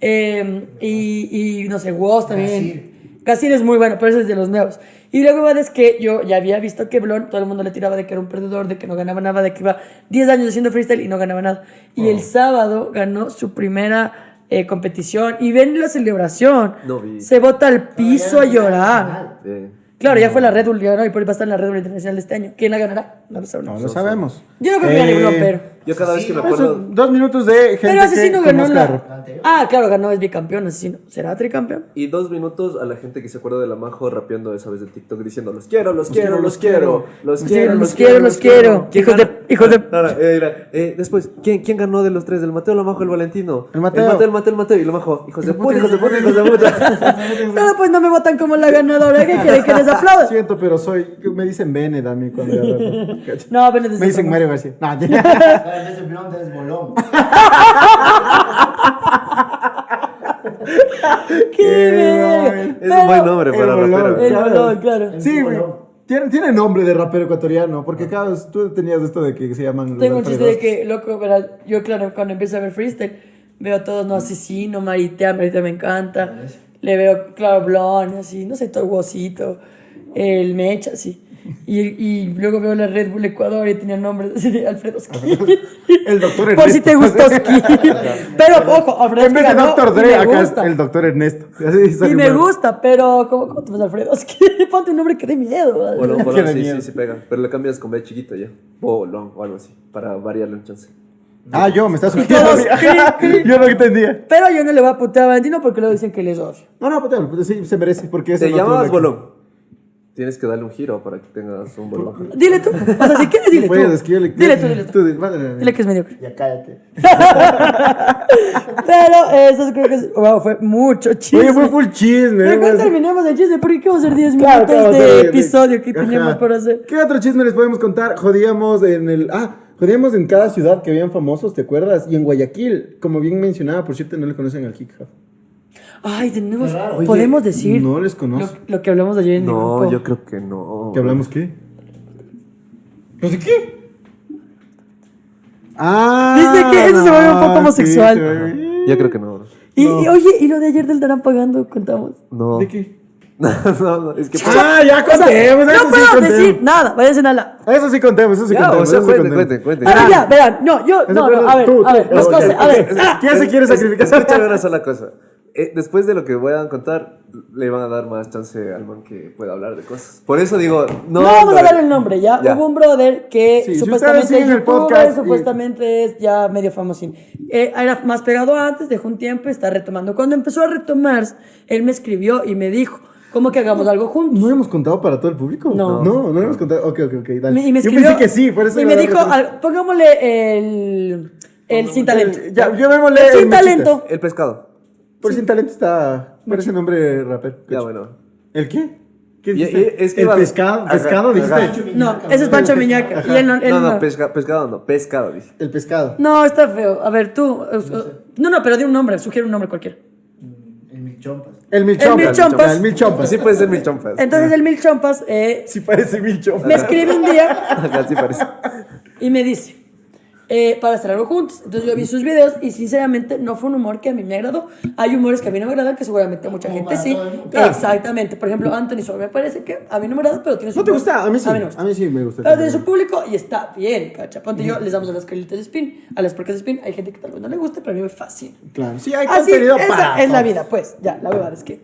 S1: Eh, y, y no sé, Woz también. Gasir es muy bueno, pero ese es de los nuevos. Y luego va es que yo ya había visto que Blon, todo el mundo le tiraba de que era un perdedor, de que no ganaba nada, de que iba 10 años haciendo freestyle y no ganaba nada. Y el sábado ganó su primera eh, competición y ven la celebración.
S3: No vi.
S1: Se bota al piso a llorar.
S3: Bien.
S1: Claro, ya fue la Red Bull, ya ¿no? y por ahí va a estar en la Red Bull Internacional este año. ¿Quién la ganará? No lo
S2: No
S1: sabemos.
S2: lo sabemos.
S1: Yo no creo que gane
S2: Eh,
S1: Blon, pero.
S3: Yo cada vez que me
S2: eso,
S3: acuerdo.
S2: dos minutos de gente
S1: Pero Asesino
S2: que
S1: ganó
S2: conozca a-
S1: la. Ah, claro, ganó, es bicampeón, Asesino. ¿Será tricampeón?
S3: Y dos minutos a la gente que se acuerda de la Majo rapeando esa vez del TikTok diciendo: Los quiero, los quiero, los quiero. Los quiero, los quiero, los quiero. ¿Quién
S1: Hijos de-
S3: ganó?
S1: hijos de-
S3: No, no, eh, mira, eh, después, ¿quién, ¿quién ganó de los tres? ¿El Mateo, la Majo, el Valentino?
S2: El Mateo.
S3: El Mateo, el Mateo, el Mateo. Y la Majo: Hijos de puta, hijos de puta, hijos de puta.
S1: Claro, pues no me votan como la ganadora. ¿Qué quieren que les aplaudan?
S2: Siento, pero soy. Me dicen Bened a mí cuando yo rapo, cacho.
S1: No, pero desde
S2: Me dicen
S1: como-
S2: Mario García. No, ya.
S4: En vez de blonde es bolón.
S1: ¡Qué verga!
S2: eh, Es un
S3: Es un buen nombre para
S2: El bolón.
S3: rapero.
S1: El bolón, claro.
S2: Sí, Ah. güey. Tiene, tiene nombre de rapero ecuatoriano, porque cada vez tú tenías esto de que se llaman. los
S1: Tengo un chiste de
S2: Alfredos.
S1: que, loco, ¿verdad? Yo, claro, cuando empiezo a ver freestyle, veo a todos, no, Asesino, Maritea, Maritea me
S2: Ah,
S1: encanta. Le veo, claro, Blon, así, no sé, todo Guosito, el Mecha, así. Y, y luego veo la Red Bull Ecuador y tenía nombres así de Alfredo Ski.
S2: El doctor
S1: Por si
S2: Ernesto.
S1: te gustó Ski. pero ojo, Alfredo
S2: En vez de
S1: ganó
S2: Doctor
S1: y
S2: Dre,
S1: me
S2: acá es
S1: gusta.
S2: el doctor Ernesto. Así sale
S1: Y me
S2: mal.
S1: gusta, pero ¿cómo, cómo te llamas Alfredo Ski? Ponte un nombre que dé miedo. ¿verdad?
S3: Bolón,
S2: Qué
S3: bolón, sí,
S2: miedo.
S3: sí, sí pega. Pero le cambias con B chiquito ya. Bolón o algo así. Para variarle un chance.
S2: Ah, yo, me estás sugiriendo.
S1: todos,
S2: a mí. yo no entendía.
S1: Pero yo no le voy a putear a Valentino porque luego dicen que les odio.
S2: No, no, pero pero sí, se merece, porque eso
S3: Te
S2: no tuvo
S3: llamas
S2: que-
S3: Bolón. Tienes que darle un giro para que tengas un bolón.
S1: Dile tú. O sea, si quieres, dile tú.
S2: Puedes, es que yo le-
S1: Dile tú, dile tú.
S2: di- madre mía.
S1: Dile que es mediocre.
S5: Ya cállate.
S1: Pero eso creo que es, wow, fue mucho chisme.
S2: Oye, fue full chisme.
S1: Pero
S2: eh,
S1: cuando
S2: pues.
S1: terminemos el chisme, porque qué vamos a hacer 10
S2: Claro,
S1: minutos
S2: claro,
S1: de
S2: sí, sí.
S1: episodio que
S2: Ajá.
S1: teníamos por hacer?
S2: ¿Qué otro chisme les podemos contar? Jodíamos en el. Ah, jodíamos en cada ciudad que habían famosos, ¿te acuerdas? Y en Guayaquil, como bien mencionaba, por cierto, no le conocen al Hip Hop.
S1: Ay, tenemos, podemos decir
S2: No les
S1: lo,
S2: conozco.
S1: lo que hablamos ayer en el
S3: No,
S1: grupo.
S3: yo creo que no.
S2: ¿Qué hablamos qué? ¿Pues de qué? Ah.
S1: Dice que eso se vuelve un poco
S2: sí,
S1: homosexual.
S2: se vuelve-
S3: Yo creo que no.
S1: Y, y, oye, y lo de ayer del Darán pagando, contamos.
S3: No.
S2: ¿De qué?
S3: No, no, no, es que.
S2: Ah, ya
S1: O sea,
S2: contemos. eso
S1: no puedo
S2: sí contemos.
S1: decir nada, váyanse a la...
S2: Eso sí contemos, eso sí
S3: Ya,
S2: contemos.
S3: o sea,
S2: eso sí
S3: cuente,
S2: contemos.
S3: cuente, cuente.
S1: Ah, ya, verán, no, yo,
S2: Eso
S1: no, no,
S2: cuéntalo
S1: a ver,
S2: tú,
S1: a ver,
S2: tú,
S1: las
S2: tú,
S1: cosas,
S2: tú.
S1: a ver, ah,
S2: ¿Quién se quiere
S3: Es- Escúchame
S2: sacrificar?
S3: una sola cosa. Eh, después de lo que voy a contar, le van a dar más chance al man que pueda hablar de cosas. Por eso digo,
S1: No,
S3: no.
S1: vamos a dar el nombre, ¿ya?
S3: Ya.
S1: Hubo un brother que
S2: Sí, si
S1: supuestamente
S2: ustedes
S1: es
S2: siguen el
S1: youtuber,
S2: podcast y-
S1: supuestamente es ya medio famosín. Eh, era más pegado antes, dejó un tiempo y está retomando. Cuando empezó a retomar, él me escribió y me dijo, ¿cómo que hagamos algo juntos?
S2: ¿No lo hemos contado para todo el público?
S1: No.
S2: No, no lo hemos contado. Ok, ok, ok, dale.
S1: Me- y me
S2: yo
S1: escribió-
S2: pensé que sí, por eso.
S1: Y
S2: la
S1: me
S2: verdad
S1: dijo,
S2: no-
S1: al- pongámosle el, el sin talento.
S2: Ya, yo me molé.
S1: El sin
S2: Mechitas.
S1: talento.
S3: El pescado.
S2: Por sin talento está. Parece nombre rapero.
S3: Ya, bueno.
S2: ¿El qué? ¿Qué
S3: Y-
S2: dijiste?
S3: y- es que
S2: el
S3: iba-
S2: pescado, pescado
S3: Ajá,
S2: dijiste.
S3: ajá.
S1: No, ese es Pancho Miñaca. Y él no, él
S3: No, no, pues,
S1: no.
S3: pesca- pescado no, pescado, dije.
S2: El pescado.
S1: No, está feo. A ver, tú. eh, No, no, pero di un nombre, sugiere un nombre cualquiera.
S5: El Milchompas.
S2: El milchompas.
S1: milchompas.
S2: El milchompas.
S3: Así puede ser mil chompas.
S1: Entonces el Mil Chompas eh,
S2: Sí parece milchompas.
S1: me escribe un día
S3: Así parece.
S1: y me dice, eh, para hacer algo juntos. Entonces yo vi sus videos y sinceramente no fue un humor que a mí me agradó. Hay humores que a mí no me agradan, que seguramente a mucha
S5: Como
S1: gente
S5: para
S1: sí.
S5: todo el mundo.
S2: Claro.
S1: Exactamente. Por ejemplo, Anthony Suárez me parece que a mí no me agrada, pero tiene su
S2: ¿No te
S1: humor.
S2: gusta? A mí sí.
S1: no me gusta.
S2: A mí sí me gusta.
S1: Pero tiene su público y está bien, cacha. Ponte yo, les damos a las caritas de spin, a las porcas de spin. Hay gente que tal vez no le guste, pero a mí me fascina.
S2: Claro. Sí, hay
S1: Así,
S2: contenido
S1: esa
S2: para. Pues,
S1: es la
S2: todos.
S1: vida, pues. Ya, la verdad es que.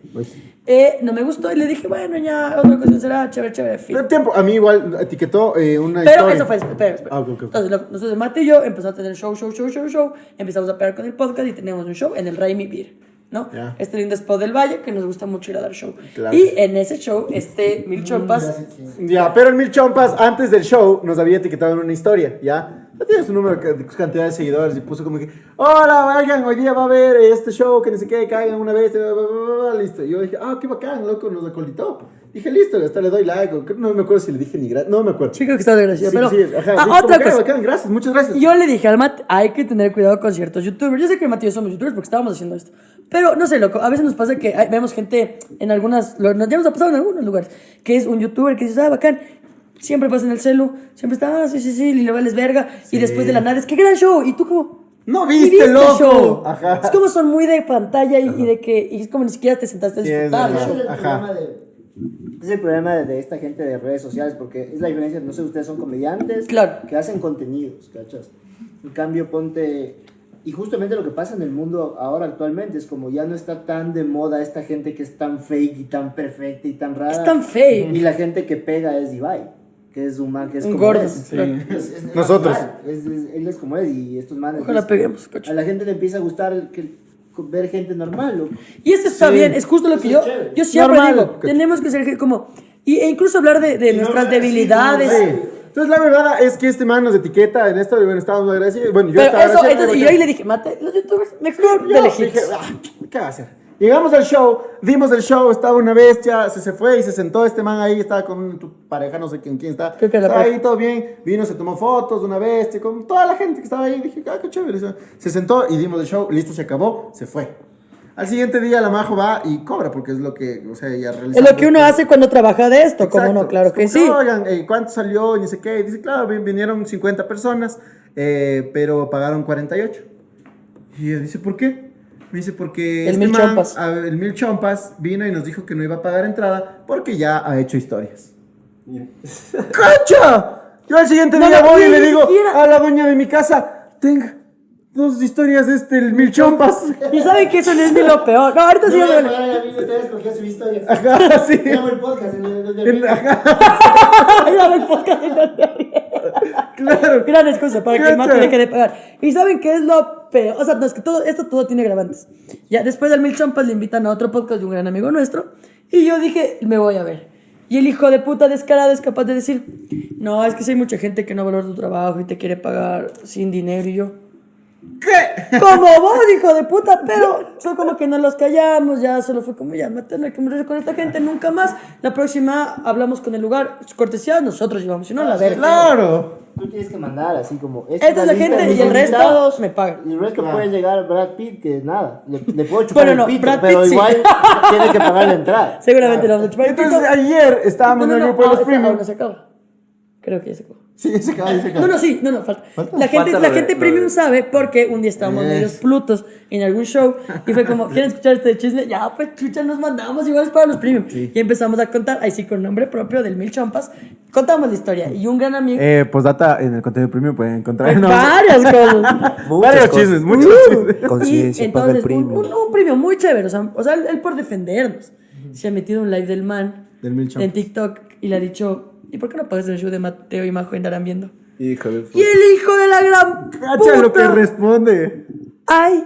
S1: Eh, no me gustó y le dije, bueno, ya, otra cosa será chévere, chévere, fin.
S2: Pero tiempo, a mí igual etiquetó eh, una
S1: Pero
S2: historia.
S1: eso fue después. pero después.
S2: Ah, ok, ok.
S1: Entonces, lo- nosotros, Mate y yo, empezamos a tener show, show, show, show, show. Empezamos a pegar con el podcast y tenemos un show en el Raimi Beer, ¿no?
S2: Ya.
S1: Este lindo spot del Valle que nos gusta mucho ir a dar show.
S2: Claro.
S1: Y en ese show, este Mil Chompas.
S2: Ya, pero el Mil Chompas antes del show nos había etiquetado en una historia, ¿ya? Ya tiene su número, de cantidad de seguidores y puso como que, hola, vayan, hoy día va a haber este show, que ni sé qué, caigan una vez, bla, bla, bla, bla", listo. Y Yo dije, ah, qué bacán, loco, nos acolitó. Dije, listo, hasta le doy like, o creo- no me acuerdo si le dije ni gracias, no me acuerdo.
S1: Chico, que está desgraciado.
S2: Sí,
S1: pero.
S2: sí, ajá,
S1: Ah,
S2: dije, como
S1: otra
S2: que, "Ah,
S1: cosa.
S2: bacán, gracias, muchas gracias.
S1: Yo le dije al Matt, hay que tener cuidado con ciertos youtubers. Yo sé que el Matt y yo somos youtubers porque estábamos haciendo esto. Pero no sé, loco, a veces nos pasa que hay- vemos gente en algunas, lo- nos, ya nos ha pasado en algunos lugares, que es un youtuber que dice, ah, bacán, siempre pasa en el celu, siempre está, ah, sí, sí, sí, y le vales verga. Y después de la nada es, qué gran show. Y tú como...
S2: No
S1: "¿Y
S2: viste,
S1: el
S2: loco".
S1: show?".
S2: Ajá.
S1: Es como son muy de pantalla y, y de que, y es como ni siquiera te sentaste a
S2: Sí, es
S4: Ah,
S1: disfrutar.
S2: verdad.
S1: ¿no?
S5: Ese es el
S2: Ajá.
S5: problema de- Es el problema de, de esta gente de redes sociales, porque es la diferencia, no sé, ustedes son comediantes
S1: Claro.
S5: que hacen contenidos, ¿cachas? En cambio, ponte... Y justamente lo que pasa en el mundo ahora actualmente es como ya no está tan de moda esta gente que es tan fake y tan perfecta y tan rara.
S1: Es tan fake.
S5: Y la gente que pega es Ibai, que es un man que es
S1: Un
S5: como
S1: gordo.
S5: es.
S1: Sí.
S5: Es- es
S2: Nosotros.
S5: natural, es- es- él es como es y estos manes...
S1: Ojalá peguemos,
S5: a
S1: cacho.
S5: la gente le empieza a gustar el que, ver gente normal, loco.
S1: Y eso está
S2: Sí.
S1: bien, es justo lo
S5: Eso
S1: que
S5: es
S1: yo,
S5: chévere.
S1: yo siempre
S2: Normal.
S1: digo. Tenemos que ser gente como. Y, e incluso hablar de, de nuestras
S4: sí,
S1: debilidades.
S2: Sí. Entonces la verdad es que este man nos etiqueta en esto y bueno, estábamos agradecidos. Bueno, yo
S1: Pero
S2: estaba
S1: eso,
S2: agradecido,
S1: entonces, y
S2: bacán.
S1: yo ahí le dije, mate, los youtubers, mejor
S2: Yo
S1: de lejitos.
S2: dije, "Ah, ¿qué va a hacer? Llegamos al show, dimos el show, estaba una bestia, se, se fue y se sentó este man ahí, estaba con tu pareja, no sé quién, quién está.
S1: Creo que la
S2: estaba
S1: pareja.
S2: ahí todo bien, vino, se tomó fotos, una bestia, con toda la gente que estaba ahí. Dije, ah, qué chévere. Se sentó y dimos el show, listo, se acabó, se fue. Al siguiente día la Majo va y cobra, porque es lo que, o sea, ella realiza.
S1: Es lo que uno hace cuando trabaja de esto, como
S2: Exacto.
S1: no, claro
S2: Es
S1: que
S2: como,
S1: sí.
S2: "No, Oigan, eh, ¿cuánto salió? Y no sé qué. Y dice, claro, vin- vinieron 50 personas, eh, pero pagaron 48. Y él dice, ¿por qué? Me dice, porque este
S1: El Mil Chompas.
S2: a- el Mil Chompas vino y nos dijo que no iba a pagar entrada porque ya ha hecho historias. ¡Cacha! Yo al siguiente
S1: No
S2: día
S1: la
S2: voy y
S1: vi,
S2: le
S1: ni
S2: digo
S1: siquiera.
S2: a la dueña de mi casa, tenga dos historias de este, el Mil Chompas.
S1: Y saben que eso no es ni lo peor. No, ahorita sí
S4: No
S1: yo
S4: voy a
S1: me
S4: pagar a mí de ustedes porque ya subí historias.
S2: Ajá, sí.
S4: Llamo el podcast. en el- en el-
S2: En- ajá,
S1: Ah, Ya el podcast en donde ríe.
S2: claro.
S1: Gran excusa para que el mate
S2: Cacha.
S1: deje de pagar. Y saben que es lo peor. O sea, no, es que todo, esto todo tiene grabantes. Ya después del Mil Chompas le invitan a otro podcast de un gran amigo nuestro. Y yo dije, me voy a ver. Y el hijo de puta descarado es capaz de decir, no, es que si hay mucha gente que no valora tu trabajo y te quiere pagar sin dinero y yo. ¿Qué? Como vos, hijo de puta, pero fue como que nos los callamos, ya solo fue como, ya, no tener que meter con esta gente nunca más. La próxima hablamos con el lugar, cortesía, nosotros llevamos, si no, la verga.
S2: Claro.
S5: Tú tienes que mandar así como.
S1: Esta es la
S5: lista de
S1: gente
S5: mis
S1: y el resto
S5: invitados,
S1: me pagan.
S5: Y el resto
S2: Claro.
S5: puede llegar Brad Pitt, que nada. Le, le puedo chupar
S1: Bueno, no,
S5: el pito,
S1: Brad
S5: pero
S1: Pitt sí.
S5: igual tiene que pagar la entrada.
S1: Seguramente lo vamos a chupar.
S2: Entonces ayer estábamos en el grupo de los
S1: primos.
S2: primos.
S1: No se acaba. Creo que ya se acaba.
S2: Sí, se acaba, se acaba.
S1: No, no, sí, no, no, falta. La gente,
S3: Falta
S1: la
S3: lo de-
S1: gente
S3: lo
S1: premium
S3: de-
S1: sabe porque un día estábamos
S2: Es.
S1: medios plutos en algún show y fue como, ¿quieren escuchar este chisme? Ya, pues chucha, nos mandamos igual es para los premium. Y empezamos a contar, ahí sí, con nombre propio del Mil Chompas, contamos la historia. Y un gran amigo.
S2: Eh, postdata en el contenido premium pueden encontrar.
S1: Hay
S2: ¿no?
S1: varias cosas.
S2: Varios chismes, muchos
S3: Uh,
S2: chismes.
S1: Y entonces, un, un, un premio muy chévere. O sea, o sea, él, él por defendernos. Se ha metido un live del man
S2: Del Mil Chompas.
S1: en TikTok y le ha dicho, ¿y por qué no pagas el show de Mateo y Majo andarán viendo?
S3: Hijo de
S1: Y
S2: Pues
S3: puta.
S1: el hijo de la gran
S2: Cacha lo que
S1: puta.
S2: responde.
S1: Ay,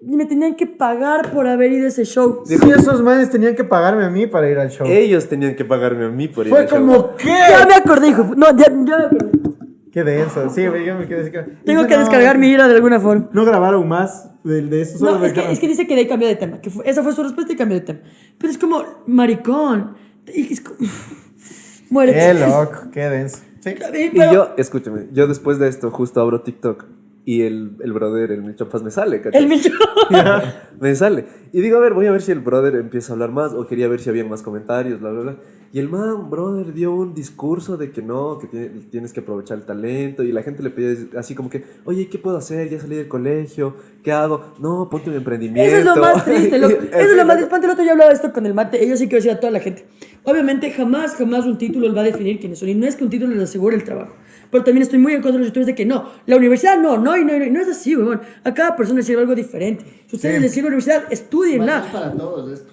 S1: me tenían que pagar por haber ido a ese show.
S2: Si esos manes tenían que pagarme a mí para ir al show.
S3: Ellos tenían que pagarme a mí por ir
S2: Fue
S3: al show.
S2: como, ¿qué?
S1: Ya me acordé, hijo. No, ya, ya me acordé.
S2: Qué denso. Sí, güey, yo me quedé así que-
S1: Tengo
S2: Dice,
S1: que
S2: no,
S1: descargar mi ira de alguna forma.
S2: No grabaron más de, de eso. Solo
S1: No, es que,
S2: dejaron.
S1: es que dice que de ahí cambió de tema. Que fue- esa fue su respuesta y cambió de tema. Pero es como, maricón, Y es como- Muérete.
S2: Qué loco, qué denso. Sí.
S1: A mí,
S3: Y
S1: pero-
S3: yo, escúchame, yo después de esto justo abro TikTok y el, el brother, el Milton Paz me sale, ¿cachai?
S1: El millón.
S3: me sale. Y digo, a ver, voy a ver si el brother empieza a hablar más o quería ver si había más comentarios, bla, bla, bla. Y el man, brother, dio un discurso de que no, que tiene- tienes que aprovechar el talento y la gente le pide así como que, oye, ¿qué puedo hacer? Ya salí del colegio, ¿qué hago? No, ponte un emprendimiento.
S1: Eso es lo más triste, loco.
S3: Y-
S1: Eso es lo más
S3: loco.
S1: espante. El otro día hablaba de esto con el mate. Yo sí quiero decir a toda la gente. Obviamente, jamás, jamás un título les va a definir quiénes son. Y no es que un título les asegure el trabajo. Pero también estoy muy en contra de los youtubers de que no. La universidad no, no, y no, y no. Y no es así, weón. A cada persona le sirve algo diferente. Si ustedes les sirve la universidad, estudienla.
S5: Es para todos esto.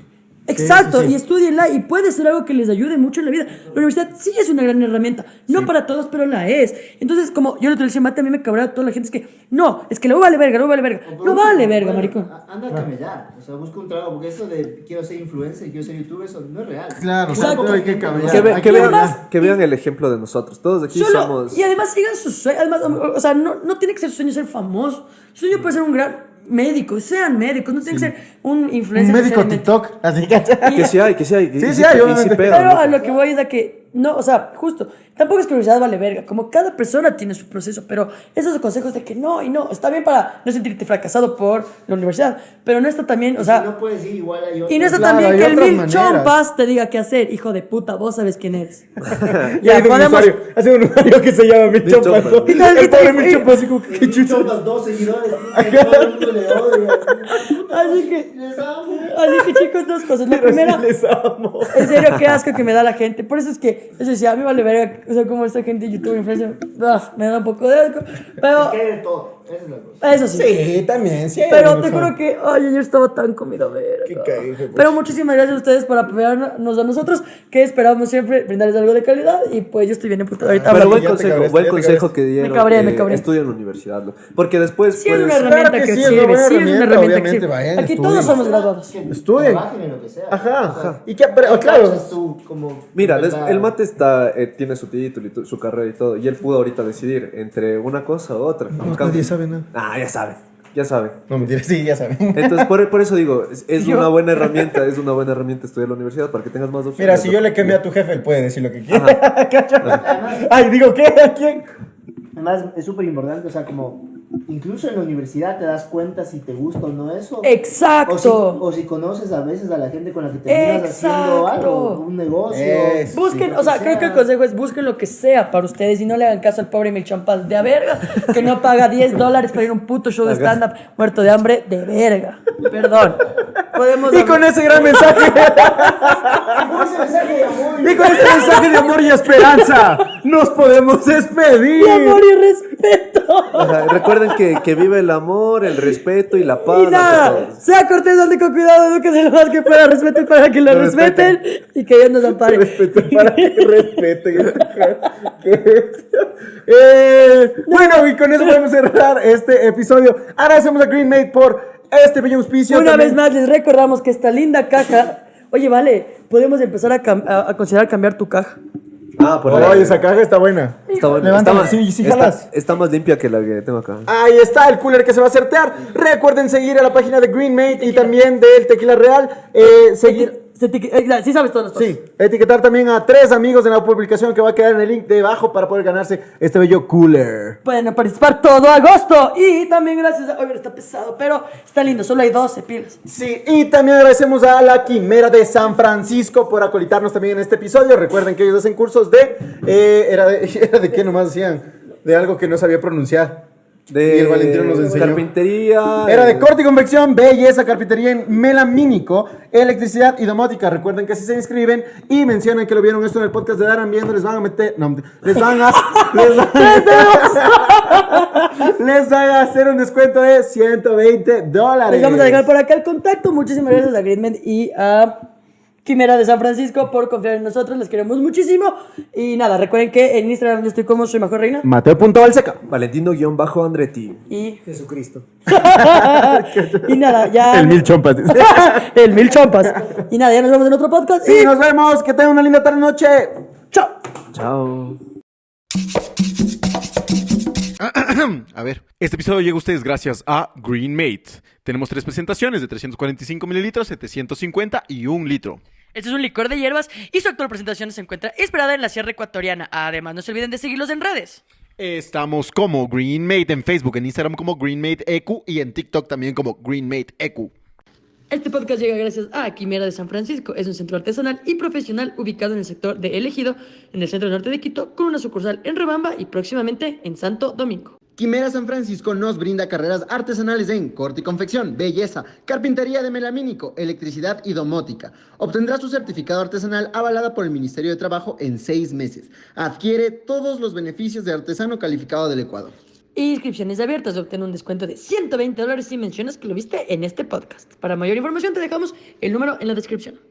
S1: Exacto,
S2: sí, sí.
S1: y estudienla y puede ser algo que les ayude mucho en la vida. La universidad sí es una gran herramienta, no para todos, pero la es. Entonces, como yo lo te decía, mate, a mí me cabrá a toda la gente, es que no, es que no vale verga, no vale verga,
S5: O por
S1: no
S5: último,
S1: vale verga,
S5: bueno,
S1: maricón.
S5: a- Anda a camellar. O sea, busca un trabajo. Porque eso de quiero ser influencer, quiero ser youtuber, eso no es real.
S2: Claro,
S1: Exacto.
S2: tampoco hay que cambiar.
S3: Que, ve-
S2: Hay
S3: que
S2: que
S3: vean,
S2: hablar.
S1: además-
S3: que vean el ejemplo de nosotros. Todos aquí
S1: Solo-
S3: somos...
S1: Y además sigan sus sueños. Además, o, o sea, no, no tiene que ser su sueño ser famoso. Su sueño puede ser un gran médico. Sean médicos. No tiene que ser un
S2: Un
S1: influencer.
S2: médico
S1: necesariamente.
S2: TikTok, así que.
S3: Que sí hay, que sí hay. que-
S2: Sí,
S3: y
S2: sí hay,
S3: y
S2: obviamente.
S3: pega,
S1: Pero
S3: loco.
S1: a lo que voy es a que, no, o sea, justo, tampoco es que la universidad vale verga, como cada persona tiene su proceso, pero esos consejos de que no y no, está bien para no sentirte fracasado por la universidad, pero no está también, o
S5: O
S1: sea,
S5: sea, no puedes ir igual a yo.
S1: y no está
S2: Claro,
S1: también
S2: hay
S1: que el
S2: otras
S1: mil
S2: maneras.
S1: chompas te diga qué hacer, hijo de puta, vos sabes quién eres.
S2: Y hay un usuario, ha sido un usuario que se llama Mi
S3: Chompa.
S2: Chompa. ¿no?
S1: Y todo el
S2: El
S1: grito,
S2: pobre Mi
S1: eh,
S2: Chompa, así como que qué chucha.
S5: dos seguidores. que Todo el mundo le odia.
S1: Así que,
S5: Les amo.
S1: así que chicos, dos cosas. La
S2: Pero sí
S1: primera,
S2: les amo.
S1: En serio, qué asco que me da la gente. Por eso es que, eso sí, a mí vale verga. O sea, como esta gente de YouTube, influencer, ah, me da un poco de asco. Pero,
S5: Es que hay de todo. Esa es la cosa.
S1: eso sí.
S2: Sí, también, sí. hay
S1: Pero
S2: algunos
S1: te juro
S2: son-
S1: que, ay, ayer estaba tan comido verga.
S2: Qué cariño, pues.
S1: Pero muchísimas gracias a ustedes por apoyarnos a nosotros, que esperamos siempre brindarles algo de calidad. Y pues yo estoy bien emputado ahorita.
S3: Pero
S2: Ándale,
S3: buen
S2: ya te
S3: consejo,
S2: cabriste,
S3: buen
S2: ya te
S3: consejo
S2: cabriste.
S3: que dieron.
S1: cabré, me
S3: eh,
S1: cabré.
S3: Estudia en la universidad, ¿no? Porque después
S1: Sí, es
S3: puedes-
S1: una herramienta
S2: pues, Claro que
S1: que,
S2: sí, es una
S1: sirve,
S2: buena
S1: sí, es una
S2: herramienta,
S1: herramienta que
S2: obviamente,
S1: sirve.
S2: vayan,
S1: Aquí
S2: estudien.
S1: todos somos graduados.
S5: Que
S2: Estudien.
S5: Trabajen en lo que sea.
S2: Ajá,
S5: O sea,
S2: ajá. Y que, pero, claro.
S5: cachas tú como-
S3: Mira,
S5: como
S3: des-
S5: la-
S3: el mate está, eh, tiene su título y tu- su carrera y todo, y él pudo ahorita decidir entre una cosa u otra. En cambio-
S2: nadie pues, sabe nada.
S3: Ah, ya sabe, ya sabe.
S2: No, mentira, sí, ya saben.
S3: Entonces, por, por eso digo, es, es
S1: Yo-
S3: una buena herramienta, es una buena herramienta estudiar en la universidad para que tengas más opciones.
S2: Mira, si yo le cambio a tu jefe, él puede decir lo que quiera. ¿Cacha? Ay, digo, ¿qué? ¿A quién?
S5: Además, es súper importante, o sea, como incluso en la universidad te das cuenta si te gusta o no eso. O si,
S1: Exacto.
S5: o si conoces a veces a la gente con la que terminas haciendo algo,
S1: Exacto.
S5: un negocio.
S2: Es-
S1: Busquen,
S5: lo
S1: o sea,
S5: que
S1: creo que el
S5: sea.
S1: consejo es busquen lo que sea para ustedes y no le hagan caso al pobre Mil Champas de a verga que no paga 10 dólares para ir a un puto show de stand-up muerto de hambre de verga. Perdón. Podemos
S2: Y con ese gran mensaje,
S5: Con ese mensaje de amor y-
S2: y con ese mensaje de amor y esperanza, nos podemos despedir.
S1: Y amor y respeto.
S3: Ajá, recuerden que, que vive el amor, el respeto y la paz.
S1: Y nada,
S3: ante todo.
S1: sea cortés, ande con cuidado, eduquense lo más que pueda, respeten para que lo
S3: Lo
S1: respeten,
S3: respeten.
S1: y que Dios nos ampare.
S2: Respeto para que respeten. Eh, bueno, y con eso podemos cerrar este episodio. Agradecemos a Green Mate por este bello auspicio.
S1: Una
S2: También-
S1: vez más, les recordamos que esta linda caja. Oye, vale, podemos empezar a, cam- a- a considerar cambiar tu caja.
S3: Ah, por ahí.
S2: Oye, esa caja está buena.
S3: Está, bueno,
S2: Levántame,
S3: está más-
S2: sí, sí,
S3: está-
S2: jalas.
S3: está más limpia que la que tengo acá.
S2: Ahí está el cooler que se va a sortear. Recuerden seguir a la página de Greenmate y también del Tequila Real. Eh, seguir,
S1: Se te- eh, sí, sabes todos los pasos.
S2: sí, etiquetar también a tres amigos en la publicación que va a quedar en el link debajo para poder ganarse este bello cooler.
S1: Pueden participar todo agosto. Y también gracias a. Oigan, está pesado, pero está lindo. Solo hay 12 pilas.
S2: Sí, y también agradecemos a la Quimera de San Francisco por acolitarnos también en este episodio. Recuerden que ellos hacen cursos de. eh, era, de ¿Era de qué nomás hacían? De algo que no sabía pronunciar.
S3: De
S2: Y el Valentino nos enseñó.
S3: Carpintería.
S2: Era de
S3: eh,
S2: corte y convección, belleza, carpintería en melamínico, electricidad y domótica. Recuerden que si se inscriben y mencionan que lo vieron esto en el podcast de Darán Viendo, les van a meter. No, les van a. les, van, les van a hacer un descuento de 120 dólares.
S1: Les vamos a dejar por acá el contacto. Muchísimas gracias a Gridman y a Quimera de San Francisco por confiar en nosotros. Les queremos muchísimo. Y nada, recuerden que en Instagram yo estoy como Soy Mejor Reina.
S2: Mateo.valseca.
S3: Valentino-Andretti.
S1: Y,
S5: Jesucristo.
S1: y nada, ya.
S2: El mil chompas. dice.
S1: El mil chompas. Y nada, ya nos vemos en otro podcast.
S2: sí,
S1: y
S2: nos vemos. Que tengan una linda tarde noche. Chao.
S3: Chao.
S6: A ver. Este episodio llega a ustedes gracias a Greenmate. Tenemos tres presentaciones de 345 mililitros, 750 y 1 litro.
S1: Este es un licor de hierbas y su actual presentación se encuentra inspirada en la Sierra Ecuatoriana. Además, no se olviden de seguirlos en redes.
S6: Estamos como GreenMate en Facebook, en Instagram como GreenMate EQ y en TikTok también como E GreenMate EQ.
S1: Este podcast llega gracias a Quimera de San Francisco. Es un centro artesanal y profesional ubicado en el sector de Elegido, en el centro norte de Quito, con una sucursal en Rebamba y próximamente en Santo Domingo.
S7: Quimera San Francisco nos brinda carreras artesanales en corte y confección, belleza, carpintería de melamínico, electricidad y domótica. Obtendrá su certificado artesanal avalada por el Ministerio de Trabajo en seis meses. Adquiere todos los beneficios de artesano calificado del Ecuador.
S1: Inscripciones abiertas, obtén un descuento de 120 dólares si mencionas que lo viste en este podcast. Para mayor información te dejamos el número en la descripción.